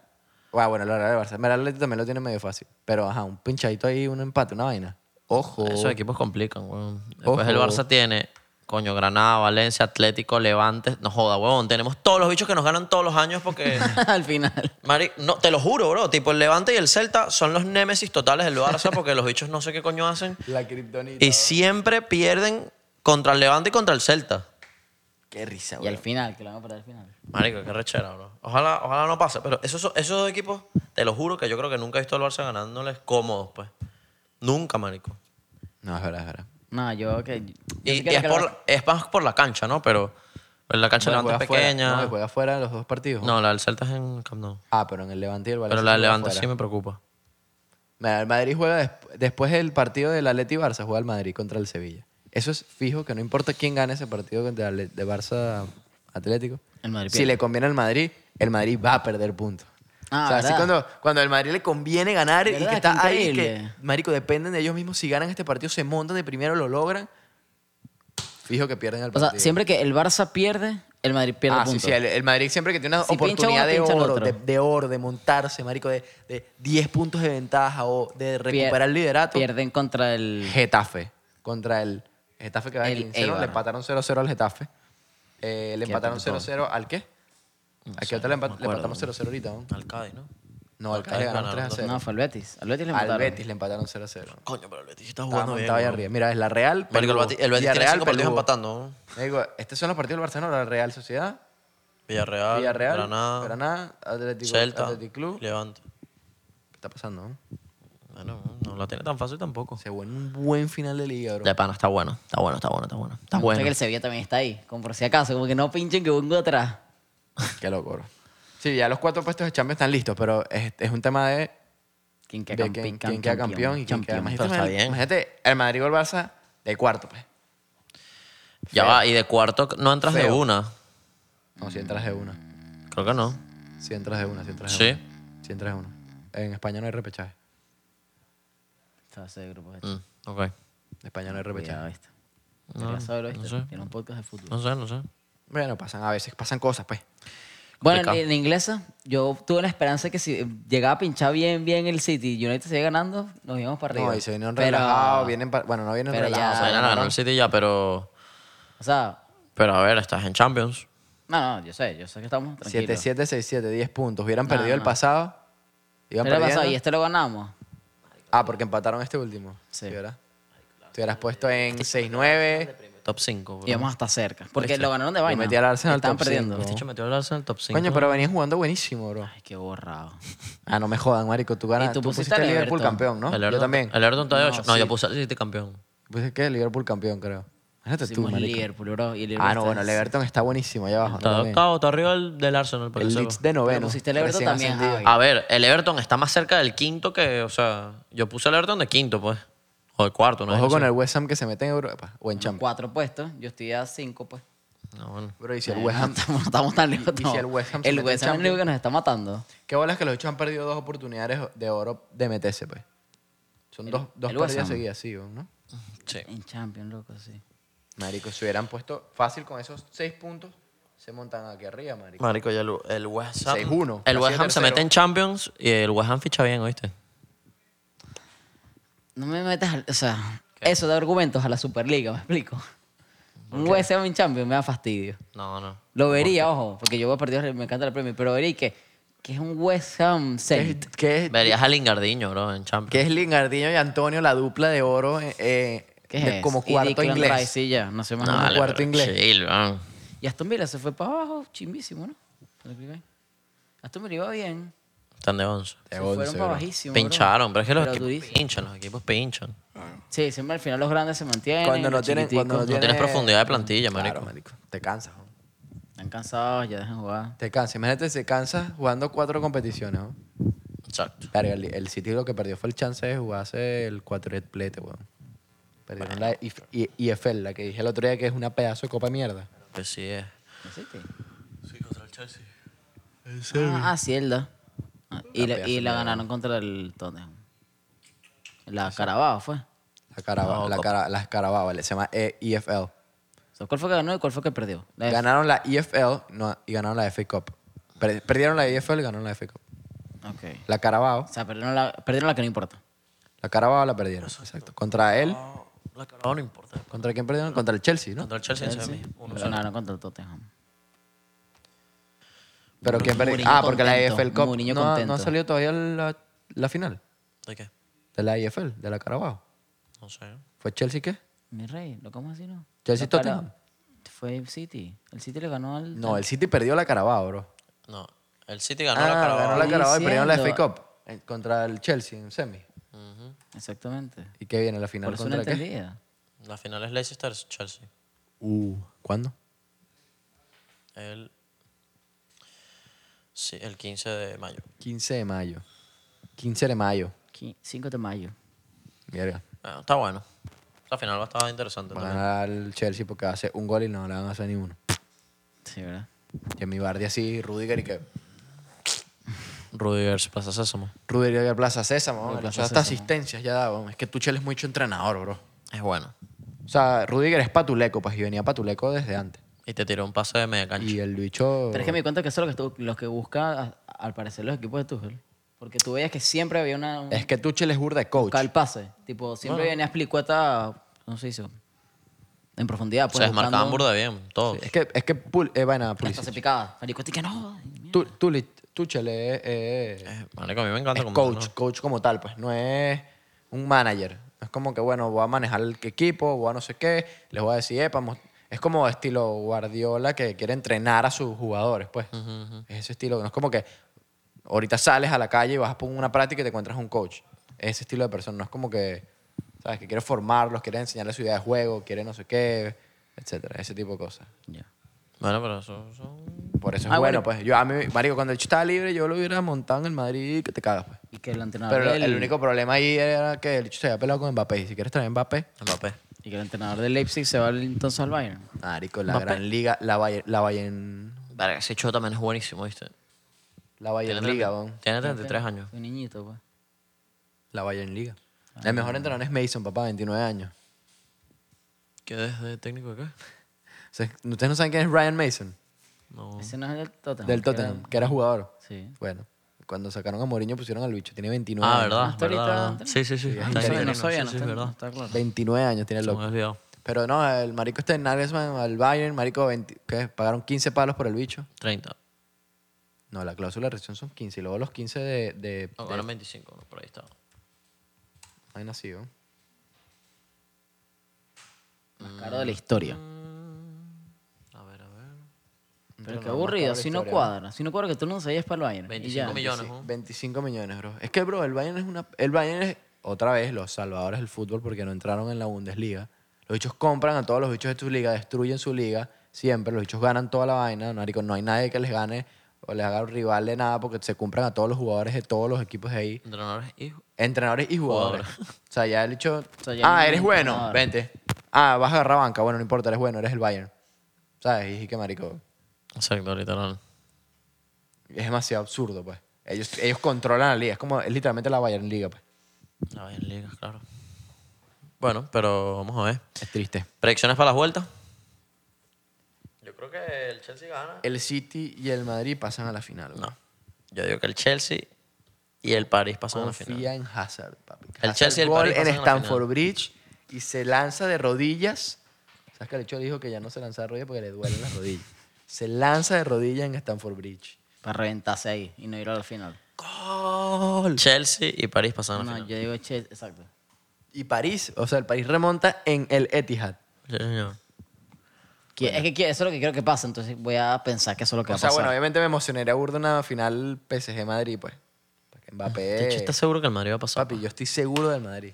[SPEAKER 2] Ah, bueno, la Real del Barça. Mira, el Atlético también lo tiene medio fácil. Pero, ajá, un pinchadito ahí, un empate, una vaina. Ojo.
[SPEAKER 1] Esos equipos complican, weón. Después
[SPEAKER 2] Ojo.
[SPEAKER 1] el Barça tiene, coño, Granada, Valencia, Atlético, Levante. No joda, weón. Tenemos todos los bichos que nos ganan todos los años porque.
[SPEAKER 3] Al final.
[SPEAKER 1] Mari, no, te lo juro, bro. Tipo, el Levante y el Celta son los némesis totales del Barça porque los bichos no sé qué coño hacen.
[SPEAKER 2] La kriptonita.
[SPEAKER 1] Y siempre pierden contra el Levante y contra el Celta.
[SPEAKER 2] Qué risa,
[SPEAKER 3] Y
[SPEAKER 2] güey.
[SPEAKER 3] al final, que lo van a perder al final.
[SPEAKER 1] Marico, qué rechera, bro. Ojalá, ojalá no pase. Pero esos, son- esos dos equipos, te lo juro que yo creo que nunca he visto al Barça ganándoles cómodos, pues. Nunca, marico.
[SPEAKER 2] No, es verdad, es verdad.
[SPEAKER 3] No, yo que. yo
[SPEAKER 1] Y,
[SPEAKER 3] sí
[SPEAKER 1] y
[SPEAKER 3] creo
[SPEAKER 1] es,
[SPEAKER 3] que
[SPEAKER 1] por,
[SPEAKER 3] lo-
[SPEAKER 1] la- es más por la cancha, ¿no? Pero la cancha del
[SPEAKER 2] Juega
[SPEAKER 1] Levante es
[SPEAKER 2] afuera.
[SPEAKER 1] pequeña.
[SPEAKER 2] No, y juega afuera los dos partidos.
[SPEAKER 1] No, la del Celta es en Camp Nou.
[SPEAKER 2] Ah, pero en el Levante y el Valencia.
[SPEAKER 1] Pero la del
[SPEAKER 2] juega
[SPEAKER 1] Levante
[SPEAKER 2] afuera.
[SPEAKER 1] sí me preocupa.
[SPEAKER 2] Mira, el Madrid juega desp- después del partido del Atleti Barça, juega el Madrid contra el Sevilla. Eso es fijo, que no importa quién gane ese partido contra el de Barça Atlético.
[SPEAKER 3] El Madrid
[SPEAKER 2] si
[SPEAKER 3] pierde.
[SPEAKER 2] le conviene al Madrid, el Madrid va a perder puntos.
[SPEAKER 3] Ah,
[SPEAKER 2] o sea, así
[SPEAKER 3] ¿verdad?
[SPEAKER 2] cuando, cuando al Madrid le conviene ganar y
[SPEAKER 3] ¿Verdad?
[SPEAKER 2] que está
[SPEAKER 3] Qué
[SPEAKER 2] ahí, que,
[SPEAKER 3] increíble.
[SPEAKER 2] Marico, dependen de ellos mismos. Si ganan este partido, se montan de primero, lo logran. Fijo que pierden el
[SPEAKER 3] O
[SPEAKER 2] partido.
[SPEAKER 3] sea, siempre que el Barça pierde, el Madrid pierde
[SPEAKER 2] Ah, sí,
[SPEAKER 3] puntos.
[SPEAKER 2] sí, el, el Madrid siempre que tiene una
[SPEAKER 3] Si pincha
[SPEAKER 2] oportunidad
[SPEAKER 3] uno,
[SPEAKER 2] de
[SPEAKER 3] pincha el
[SPEAKER 2] oro,
[SPEAKER 3] otro.
[SPEAKER 2] de, de oro, de montarse, marico, de, de 10 puntos de ventaja o de
[SPEAKER 3] Pier-
[SPEAKER 2] recuperar el liderato.
[SPEAKER 3] Pierden contra el.
[SPEAKER 2] Getafe contra el Getafe que va de
[SPEAKER 3] El
[SPEAKER 2] 15 Le
[SPEAKER 3] Eibar.
[SPEAKER 2] empataron 0-0 al Getafe. Eh, le empataron 0-0 al qué? ¿A qué otra le, empat- le empataron 0-0 ahorita? ¿no?
[SPEAKER 1] Al Cádiz, ¿no?
[SPEAKER 2] No, al Cádiz le ganaron 3-0.
[SPEAKER 3] No, fue al Betis. Al Betis le
[SPEAKER 2] Al
[SPEAKER 3] mataron.
[SPEAKER 2] Betis le empataron 0-0.
[SPEAKER 1] Coño, pero el Betis está
[SPEAKER 2] Estaba
[SPEAKER 1] jugando bien.
[SPEAKER 2] montado ahí
[SPEAKER 1] weón.
[SPEAKER 2] arriba. Mira, es la Real.
[SPEAKER 1] Marico, el
[SPEAKER 2] Perú,
[SPEAKER 1] Bati- el Betis tiene
[SPEAKER 2] Villarreal,
[SPEAKER 1] cinco partidos
[SPEAKER 2] Perú.
[SPEAKER 1] empatando. ¿no?
[SPEAKER 2] Me digo, estos son los partidos del Barcelona. La Real Sociedad,
[SPEAKER 1] Villarreal,
[SPEAKER 2] Villarreal,
[SPEAKER 1] Granada,
[SPEAKER 2] Atlético,
[SPEAKER 1] Celta,
[SPEAKER 2] Atlético Club.
[SPEAKER 1] Levante.
[SPEAKER 2] ¿Qué está pasando? no?
[SPEAKER 1] Bueno, no la tiene tan fácil tampoco.
[SPEAKER 2] Se fue en un buen final de liga, bro.
[SPEAKER 1] De pana, está bueno. Está bueno, está bueno, está bueno. Está
[SPEAKER 3] Me gusta
[SPEAKER 1] bueno.
[SPEAKER 3] que el Sevilla también está ahí, como por si acaso, como que no pinchen que vengo atrás.
[SPEAKER 2] Qué loco, bro. Sí, ya los cuatro puestos de Champions están listos, pero es- es un tema de
[SPEAKER 3] ¿Quién
[SPEAKER 2] de
[SPEAKER 3] queda, campi-
[SPEAKER 2] quién,
[SPEAKER 3] cam-
[SPEAKER 2] quién queda campeón y quién queda
[SPEAKER 3] campeón.
[SPEAKER 2] más Este
[SPEAKER 1] Pero está bien.
[SPEAKER 2] Imagínate, el Madrid o el Barça de cuarto, pues.
[SPEAKER 1] Ya va, y de cuarto no entras de
[SPEAKER 2] Feo.
[SPEAKER 1] una.
[SPEAKER 2] No, si entras de una.
[SPEAKER 1] Creo que no.
[SPEAKER 3] Mm.
[SPEAKER 2] Si entras de una, si entras de
[SPEAKER 1] Sí.
[SPEAKER 2] una. Si entras de una. En España no hay repechaje.
[SPEAKER 3] Fase de grupos.
[SPEAKER 1] Mm, ok.
[SPEAKER 2] En España no hay repechaje.
[SPEAKER 3] Cuidado, ¿viste? Debería saberlo, ¿viste? Tiene un podcast de fútbol.
[SPEAKER 2] Ah,
[SPEAKER 1] No sé, no sé.
[SPEAKER 2] Bueno, pasan a veces, pasan cosas, pues.
[SPEAKER 3] Bueno,
[SPEAKER 1] Complicado.
[SPEAKER 3] en, en inglesa, yo tuve la esperanza que si llegaba a pinchar bien, bien el City y United sigue ganando, nos íbamos para arriba.
[SPEAKER 2] No, y se vienen
[SPEAKER 3] Pero,
[SPEAKER 2] relajados, vienen pa- Bueno, no vienen
[SPEAKER 3] pero ya-
[SPEAKER 1] O sea,
[SPEAKER 2] relajados.
[SPEAKER 1] ya ganó el City ya, pero.
[SPEAKER 3] O sea,
[SPEAKER 1] Pero a ver, estás en Champions.
[SPEAKER 3] no, no, yo sé, yo sé que estamos tranquilos.
[SPEAKER 2] 7-7, 6-7, 10 puntos. Hubieran
[SPEAKER 3] No,
[SPEAKER 2] perdido el
[SPEAKER 3] no.
[SPEAKER 2] pasado. Iban
[SPEAKER 3] Pero
[SPEAKER 2] perdiendo.
[SPEAKER 3] pasado, y este lo ganamos.
[SPEAKER 2] Ah, porque empataron este último.
[SPEAKER 3] Sí.
[SPEAKER 2] Sí. ¿verdad? Te hubieras puesto en 6-9.
[SPEAKER 1] Top 5.
[SPEAKER 3] Y vamos hasta cerca. Porque lo ganaron de
[SPEAKER 2] Yo
[SPEAKER 3] vaina.
[SPEAKER 2] metí al Arsenal
[SPEAKER 3] Estaban
[SPEAKER 2] top
[SPEAKER 3] perdiendo.
[SPEAKER 1] De
[SPEAKER 2] cinco.
[SPEAKER 3] Este
[SPEAKER 1] hecho, Este metió el Arsenal top 5.
[SPEAKER 2] Coño, pero venían jugando buenísimo, bro.
[SPEAKER 3] Ay, qué borrado.
[SPEAKER 2] Ah, no me jodan, marico. Tú ganas.
[SPEAKER 3] Y
[SPEAKER 2] Tú,
[SPEAKER 3] tú
[SPEAKER 2] pusiste
[SPEAKER 3] pusiste al
[SPEAKER 2] a Liverpool
[SPEAKER 3] Everton.
[SPEAKER 2] campeón, ¿no?
[SPEAKER 1] El
[SPEAKER 2] Yo
[SPEAKER 1] Everton,
[SPEAKER 2] también.
[SPEAKER 1] El Everton todavía 8. No,
[SPEAKER 2] sí.
[SPEAKER 1] yo puse al City campeón.
[SPEAKER 2] Pues que Liverpool campeón, creo. Imagínate tú,
[SPEAKER 3] Hicimos
[SPEAKER 2] marico.
[SPEAKER 3] Liverpool, bro. Y Liverpool
[SPEAKER 2] Ah, no,
[SPEAKER 3] está-
[SPEAKER 2] bueno, el Everton está buenísimo allá abajo. ¿no?
[SPEAKER 1] Está
[SPEAKER 2] También.
[SPEAKER 1] octavo, está arriba del, del Arsenal. para
[SPEAKER 2] El
[SPEAKER 1] que sepa.
[SPEAKER 2] Leeds de noveno.
[SPEAKER 3] Pero pusiste el Everton
[SPEAKER 2] recién
[SPEAKER 3] también, ah,
[SPEAKER 2] ascendido.
[SPEAKER 3] Javi.
[SPEAKER 1] A ver, el Everton está más cerca del quinto que. O sea, yo puse el Everton de quinto, pues. O de cuarto, ¿no?
[SPEAKER 2] Ojo con el West Ham que se mete en Europa o en Champions.
[SPEAKER 3] Cuatro puestos. Yo estoy a cinco, pues.
[SPEAKER 1] No, Ah, bueno.
[SPEAKER 2] Bro, y si el West Ham...
[SPEAKER 3] Estamos, estamos tan lejos.
[SPEAKER 2] y si
[SPEAKER 3] no.
[SPEAKER 2] el West Ham se
[SPEAKER 3] El
[SPEAKER 2] mete en
[SPEAKER 3] West Ham es el
[SPEAKER 2] Champions?
[SPEAKER 3] único que nos está matando.
[SPEAKER 2] Qué bolas que los ocho han perdido dos oportunidades de oro de meterse, pues. Son dos, dos
[SPEAKER 3] el West
[SPEAKER 2] perdidas
[SPEAKER 3] Ham.
[SPEAKER 2] seguidas, sí, ¿no?
[SPEAKER 1] Sí.
[SPEAKER 3] En Champions, loco, sí.
[SPEAKER 2] Marico, si hubieran puesto fácil con esos seis puntos, se montan aquí arriba, marico.
[SPEAKER 1] Marico, ya el, el West Ham.
[SPEAKER 2] 6-1,
[SPEAKER 1] El
[SPEAKER 2] así
[SPEAKER 1] West
[SPEAKER 2] de
[SPEAKER 1] Ham se
[SPEAKER 2] tercero.
[SPEAKER 1] mete en Champions y el West Ham ficha bien, ¿oíste?
[SPEAKER 3] No me metas, al- o sea, eso de argumentos a la Superliga, ¿me explico? Un West Ham en Champions me da fastidio.
[SPEAKER 1] No, no.
[SPEAKER 3] Lo vería, ojo, porque yo voy a perder, me encanta el premio, pero vería que, que es un West Ham
[SPEAKER 2] ¿Qué,
[SPEAKER 3] Saint.
[SPEAKER 2] es- qué es-
[SPEAKER 1] Verías a Lingardiño, bro, en Champions.
[SPEAKER 2] qué es Lingardinho y Antonio, la dupla de oro? eh, eh,
[SPEAKER 3] ¿Qué es
[SPEAKER 2] de-
[SPEAKER 3] eso?
[SPEAKER 2] Como
[SPEAKER 3] Y
[SPEAKER 2] cuarto
[SPEAKER 3] Declan
[SPEAKER 2] inglés.
[SPEAKER 3] Rice, sí, ya, no sé más
[SPEAKER 1] No,
[SPEAKER 3] nada.
[SPEAKER 1] vale,
[SPEAKER 2] cuarto
[SPEAKER 1] pero
[SPEAKER 2] inglés.
[SPEAKER 1] chill, man.
[SPEAKER 3] Y Aston Villa se fue para abajo, chimbísimo, ¿no? Para el primer. Aston Villa iba bien.
[SPEAKER 1] Están de 11.
[SPEAKER 2] De
[SPEAKER 3] Se
[SPEAKER 2] 11,
[SPEAKER 3] fueron para
[SPEAKER 2] bro.
[SPEAKER 3] bajísimo. bro.
[SPEAKER 1] Pincharon, pero es que los equipos
[SPEAKER 3] durísimo.
[SPEAKER 1] pinchan, los equipos pinchan.
[SPEAKER 3] Sí, siempre al final los grandes se mantienen.
[SPEAKER 2] Cuando no
[SPEAKER 3] los
[SPEAKER 2] tienen- cuando no
[SPEAKER 3] chiquiticos
[SPEAKER 1] No tienes
[SPEAKER 2] Tiene-
[SPEAKER 1] profundidad de plantilla, marico.
[SPEAKER 2] Claro, marico. Te cansas, ¿no?
[SPEAKER 3] Están cansados, ya dejan jugar.
[SPEAKER 2] Te cansas. Imagínate, se cansa jugando cuatro competiciones, ¿no?
[SPEAKER 1] Exacto.
[SPEAKER 2] Verga, el, el City lo que perdió fue el chance de jugarse el cuatriplete, weón. Perdieron la IF- I- IFL, la que dije el otro día que es una pedazo de copa de mierda.
[SPEAKER 1] Que Pues sí es.
[SPEAKER 3] ¿No existe?
[SPEAKER 1] Sí, contra el Chelsea.
[SPEAKER 3] Ah, ah, sí, el da. Ah, Y la,
[SPEAKER 2] pedazo
[SPEAKER 3] y la ganaron contra el Tottenham. La Carabao fue.
[SPEAKER 2] La Carabao, la cara, las Carabao, vale, se llama E- EFL.
[SPEAKER 3] O sea, ¿Cuál fue que ganó y cuál fue que perdió? La F.
[SPEAKER 2] Ganaron la EFL no, y ganaron la FA Cup. Per- Perdieron la EFL y ganaron la FA Cup.
[SPEAKER 3] Ok.
[SPEAKER 2] La Carabao,
[SPEAKER 3] O sea, perdieron la, perdieron la que no importa.
[SPEAKER 2] la Carabao la perdieron, exacto. Contra él,
[SPEAKER 1] La Carabao no importa.
[SPEAKER 2] ¿contra quién perdieron? Contra el Chelsea, ¿no?
[SPEAKER 1] Contra el Chelsea, en Sevilla. Uno
[SPEAKER 3] Pero ganaron contra el Tottenham.
[SPEAKER 2] Pero quién perdió?
[SPEAKER 3] Mourinho
[SPEAKER 2] Ah, porque
[SPEAKER 3] contento,
[SPEAKER 2] la EFL Cup
[SPEAKER 3] Mourinho
[SPEAKER 2] no, ha- no
[SPEAKER 3] contento.
[SPEAKER 2] ha salido todavía la, la final
[SPEAKER 1] ¿De qué?
[SPEAKER 2] de la EFL, de la Carabao.
[SPEAKER 1] No sé.
[SPEAKER 2] ¿Fue Chelsea qué?
[SPEAKER 3] Mi rey, ¿lo cómo así no?
[SPEAKER 2] Chelsea
[SPEAKER 3] La cara-
[SPEAKER 2] Tottenham.
[SPEAKER 3] Fue el City. El City le ganó al.
[SPEAKER 2] No, el City perdió la Carabao, bro.
[SPEAKER 1] No. El City ganó
[SPEAKER 2] ah,
[SPEAKER 1] la Carabao.
[SPEAKER 2] ganó la
[SPEAKER 3] Estoy
[SPEAKER 2] Carabao y perdieron la FA
[SPEAKER 3] diciendo.
[SPEAKER 2] Cup eh, contra el Chelsea en semi.
[SPEAKER 3] Exactamente.
[SPEAKER 2] ¿Y qué viene la final
[SPEAKER 3] Por eso no
[SPEAKER 2] contra qué?
[SPEAKER 3] entendía.
[SPEAKER 1] La final es Leicester-Chelsea.
[SPEAKER 2] Uh, ¿cuándo?
[SPEAKER 1] El... Sí, el 15 de mayo.
[SPEAKER 2] 15 de mayo. 15 de mayo.
[SPEAKER 3] Qui- 5 de mayo.
[SPEAKER 2] Mierda.
[SPEAKER 1] Bueno, Ah, está bueno. La final va a estar interesante
[SPEAKER 2] Va a
[SPEAKER 1] también.
[SPEAKER 2] ganar el Chelsea porque hace un gol y no le van a hacer ni uno.
[SPEAKER 3] Sí, ¿verdad?
[SPEAKER 2] Y en mi bardi así, Rudiger y que.
[SPEAKER 1] Rudiger se pasa sésamo.
[SPEAKER 2] Rudiger y Plaza Sésamo, vamos,
[SPEAKER 3] Plaza
[SPEAKER 2] le echó hasta
[SPEAKER 3] Sésamo.
[SPEAKER 2] asistencias ya da, vamos. Es que Tuchel es mucho entrenador, bro.
[SPEAKER 1] Es bueno.
[SPEAKER 2] O sea, Rudiger es patuleco, pues, y venía patuleco desde antes.
[SPEAKER 1] Y te tiró un pase de media cancha.
[SPEAKER 2] Y el bicho.
[SPEAKER 3] Pero es que me di cuenta que eso es lo que, estu- lo que busca, a- al parecer, los equipos de Tuchel. Porque tú veías que siempre había una. un-
[SPEAKER 2] Es que Tuchel es burda de coach.
[SPEAKER 3] buscaba el pase. Tipo, siempre venía Splicueta. ¿Cómo se hizo? En profundidad.
[SPEAKER 1] se
[SPEAKER 3] Pues,
[SPEAKER 1] desmarcaban
[SPEAKER 3] buscando-
[SPEAKER 1] burda bien, todo.
[SPEAKER 2] Es que, es que, pul- eh, vaina,
[SPEAKER 3] Hasta
[SPEAKER 2] Pulisic.
[SPEAKER 3] se picaba. Maricote, que no. ay, mierda.
[SPEAKER 2] Tu- Tuli- Tuchel es, es-
[SPEAKER 1] Eh, marico, a mí me encanta
[SPEAKER 2] es
[SPEAKER 1] como
[SPEAKER 2] coach, coach como tal, pues no es un manager. No Es como que, bueno, voy a manejar el equipo, voy a no sé qué, les voy a decir, epa, mos- es como estilo Guardiola que quiere entrenar a sus jugadores, pues. Es ese estilo, no es como que ahorita sales a la calle y vas a una práctica y te encuentras un coach. Es ese estilo de persona, no es como que, ¿sabes? Que quiere formarlos, quiere enseñarles su idea de juego, quiere no sé qué, etcétera, ese tipo de cosas.
[SPEAKER 3] Ya.
[SPEAKER 1] Bueno, pero eso son...
[SPEAKER 2] Por eso es
[SPEAKER 3] Ah,
[SPEAKER 2] bueno,
[SPEAKER 3] bueno,
[SPEAKER 2] pues. Yo, a mí, marico, cuando el chico estaba libre, yo lo hubiera montado en el Madrid que te cagas, pues.
[SPEAKER 3] Y que el entrenador.
[SPEAKER 2] Pero
[SPEAKER 3] del,
[SPEAKER 2] el único problema ahí era que el bicho se había pelado con Mbappé. Y si quieres traer Mbappé,
[SPEAKER 1] Mbappé.
[SPEAKER 3] Y que el entrenador del Leipzig se va al- entonces al Bayern.
[SPEAKER 2] marico, la gran liga, la Bayern, la Bayern,
[SPEAKER 1] Verga, ese chico también es buenísimo, ¿viste?
[SPEAKER 2] la Bayern
[SPEAKER 1] tre-
[SPEAKER 2] Liga, weón.
[SPEAKER 1] tiene 33 años.
[SPEAKER 3] Un niñito, pues.
[SPEAKER 2] La Bayern Liga.
[SPEAKER 3] Ah,
[SPEAKER 2] El mejor entrenador es Mason, papá, 29 años.
[SPEAKER 1] ¿Qué es de técnico acá?
[SPEAKER 2] O sea, ¿Ustedes no saben quién es Ryan Mason?
[SPEAKER 1] No.
[SPEAKER 3] Ese no es del Tottenham.
[SPEAKER 2] Oh. Del
[SPEAKER 3] que era-
[SPEAKER 2] Tottenham, que era jugador.
[SPEAKER 3] Sí.
[SPEAKER 2] Bueno, cuando sacaron a Mourinho pusieron al bicho. Tiene 29
[SPEAKER 1] Ah,
[SPEAKER 2] años.
[SPEAKER 1] ¿verdad?
[SPEAKER 3] Hasta
[SPEAKER 1] ¿verdad,
[SPEAKER 3] ahorita,
[SPEAKER 1] verdad?
[SPEAKER 3] ¿no?
[SPEAKER 1] Sí, sí, sí.
[SPEAKER 2] Sí,
[SPEAKER 1] está
[SPEAKER 3] No sabía,
[SPEAKER 1] interino,
[SPEAKER 3] no sabía,
[SPEAKER 1] sí,
[SPEAKER 3] no
[SPEAKER 1] sí,
[SPEAKER 3] está- no
[SPEAKER 1] verdad.
[SPEAKER 3] está claro.
[SPEAKER 2] 29 años tiene el
[SPEAKER 1] Se me había
[SPEAKER 2] loco.
[SPEAKER 1] olvidado.
[SPEAKER 2] Pero no, el marico este Nagelsmann al Bayern, marico, 20 ¿qué? Pagaron 15 palos por el bicho.
[SPEAKER 1] 30.
[SPEAKER 2] No, la cláusula de rescisión son 15. Y luego los 15 de... de,
[SPEAKER 1] No, eran 25, no, por ahí estaba.
[SPEAKER 2] Ay, nacido.
[SPEAKER 3] Más caro de la historia.
[SPEAKER 1] A ver, a ver.
[SPEAKER 3] Pero qué aburrido, si no cuadra. Si no cuadra que tú no sabías para el Bayern. y
[SPEAKER 1] 25
[SPEAKER 3] ya.
[SPEAKER 1] millones,
[SPEAKER 2] Sí,
[SPEAKER 1] ¿no?
[SPEAKER 2] 25 millones, bro. Es que, bro, el Bayern es una... El Bayern es, otra vez, los salvadores del fútbol porque no entraron en la Bundesliga. Los bichos compran a todos los bichos de su liga, destruyen su liga, siempre. Los bichos ganan toda la vaina, marico. No hay nadie que les gane o les haga rival de nada porque se compran a todos los jugadores de todos los equipos de ahí.
[SPEAKER 1] Entrenadores y ju-
[SPEAKER 2] Entrenadores y jugadores. O sea, ya el bicho...
[SPEAKER 3] sea, ya no
[SPEAKER 2] ah,
[SPEAKER 3] hay
[SPEAKER 2] eres bueno,
[SPEAKER 3] entrenador.
[SPEAKER 2] vente. Ah, vas a agarrar banca. Bueno, no importa, eres bueno, eres el Bayern. ¿Sabes? Y que, marico...
[SPEAKER 1] Exacto, literal.
[SPEAKER 2] Es demasiado absurdo, pues. Ellos, ellos controlan la liga. Es como, es literalmente la Bayern Liga, pues.
[SPEAKER 1] La Bayern Liga, claro. Bueno, pero vamos a ver.
[SPEAKER 2] Es triste.
[SPEAKER 1] ¿Predicciones para las vueltas? Yo creo que el Chelsea gana.
[SPEAKER 2] El City y el Madrid pasan a la final.
[SPEAKER 1] No. Ah. Yo digo que el Chelsea y el París pasan a la final.
[SPEAKER 2] Confía en Hazard, papi.
[SPEAKER 1] El
[SPEAKER 2] Hazard
[SPEAKER 1] Chelsea y el
[SPEAKER 2] gol
[SPEAKER 1] París
[SPEAKER 2] en
[SPEAKER 1] pasan a la
[SPEAKER 2] Stanford
[SPEAKER 1] final.
[SPEAKER 2] Bridge y se lanza de rodillas. ¿Sabes que el hecho dijo que ya no se lanza de rodillas porque le duelen las rodillas? Se lanza de rodillas en Stanford Bridge.
[SPEAKER 3] Para reventarse ahí y no ir al final.
[SPEAKER 2] ¡Gol!
[SPEAKER 1] Chelsea y París pasan a la
[SPEAKER 3] No,
[SPEAKER 1] final.
[SPEAKER 3] yo digo che, exacto.
[SPEAKER 2] Y París, o sea, el París remonta en el Etihad.
[SPEAKER 1] Sí, señor.
[SPEAKER 3] Que- Es que que eso es lo que creo que pasa, entonces voy a pensar que eso es lo que
[SPEAKER 2] O
[SPEAKER 3] va a
[SPEAKER 2] sea,
[SPEAKER 3] pasar.
[SPEAKER 2] bueno, obviamente me emocionaría burda una final PSG-Madrid, pues. Porque
[SPEAKER 1] De hecho,
[SPEAKER 2] Mbappé...
[SPEAKER 1] ¿estás seguro que el Madrid va a pasar?
[SPEAKER 2] Papi, yo estoy seguro del Madrid.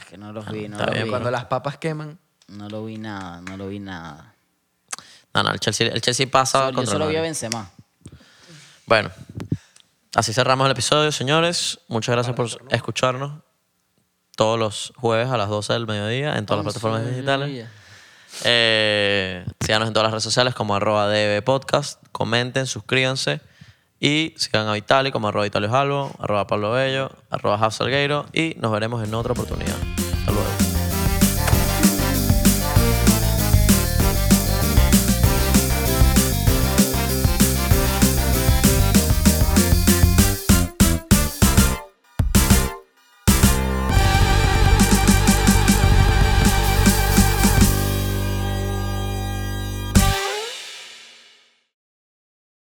[SPEAKER 3] Es que no los vi, no
[SPEAKER 1] Está
[SPEAKER 3] los
[SPEAKER 1] bien,
[SPEAKER 3] vi.
[SPEAKER 2] Cuando las papas queman,
[SPEAKER 3] No lo vi nada, no lo vi nada.
[SPEAKER 1] No, no, el Chelsea, el Chelsea pasa
[SPEAKER 3] yo
[SPEAKER 1] contra el
[SPEAKER 3] solo vi a
[SPEAKER 1] Madrid.
[SPEAKER 3] Benzema.
[SPEAKER 1] Bueno, así cerramos el episodio, señores. Muchas gracias por escucharnos todos los jueves a las 12 del mediodía en todas las plataformas digitales. Eh, síganos en todas las redes sociales como arroba DB Podcast. Comenten, suscríbanse. Y sigan a Vitali como arroba Vitalio Jalbo, arroba Pablo Bello, arroba Jaf Salgueiro. Y nos veremos en otra oportunidad.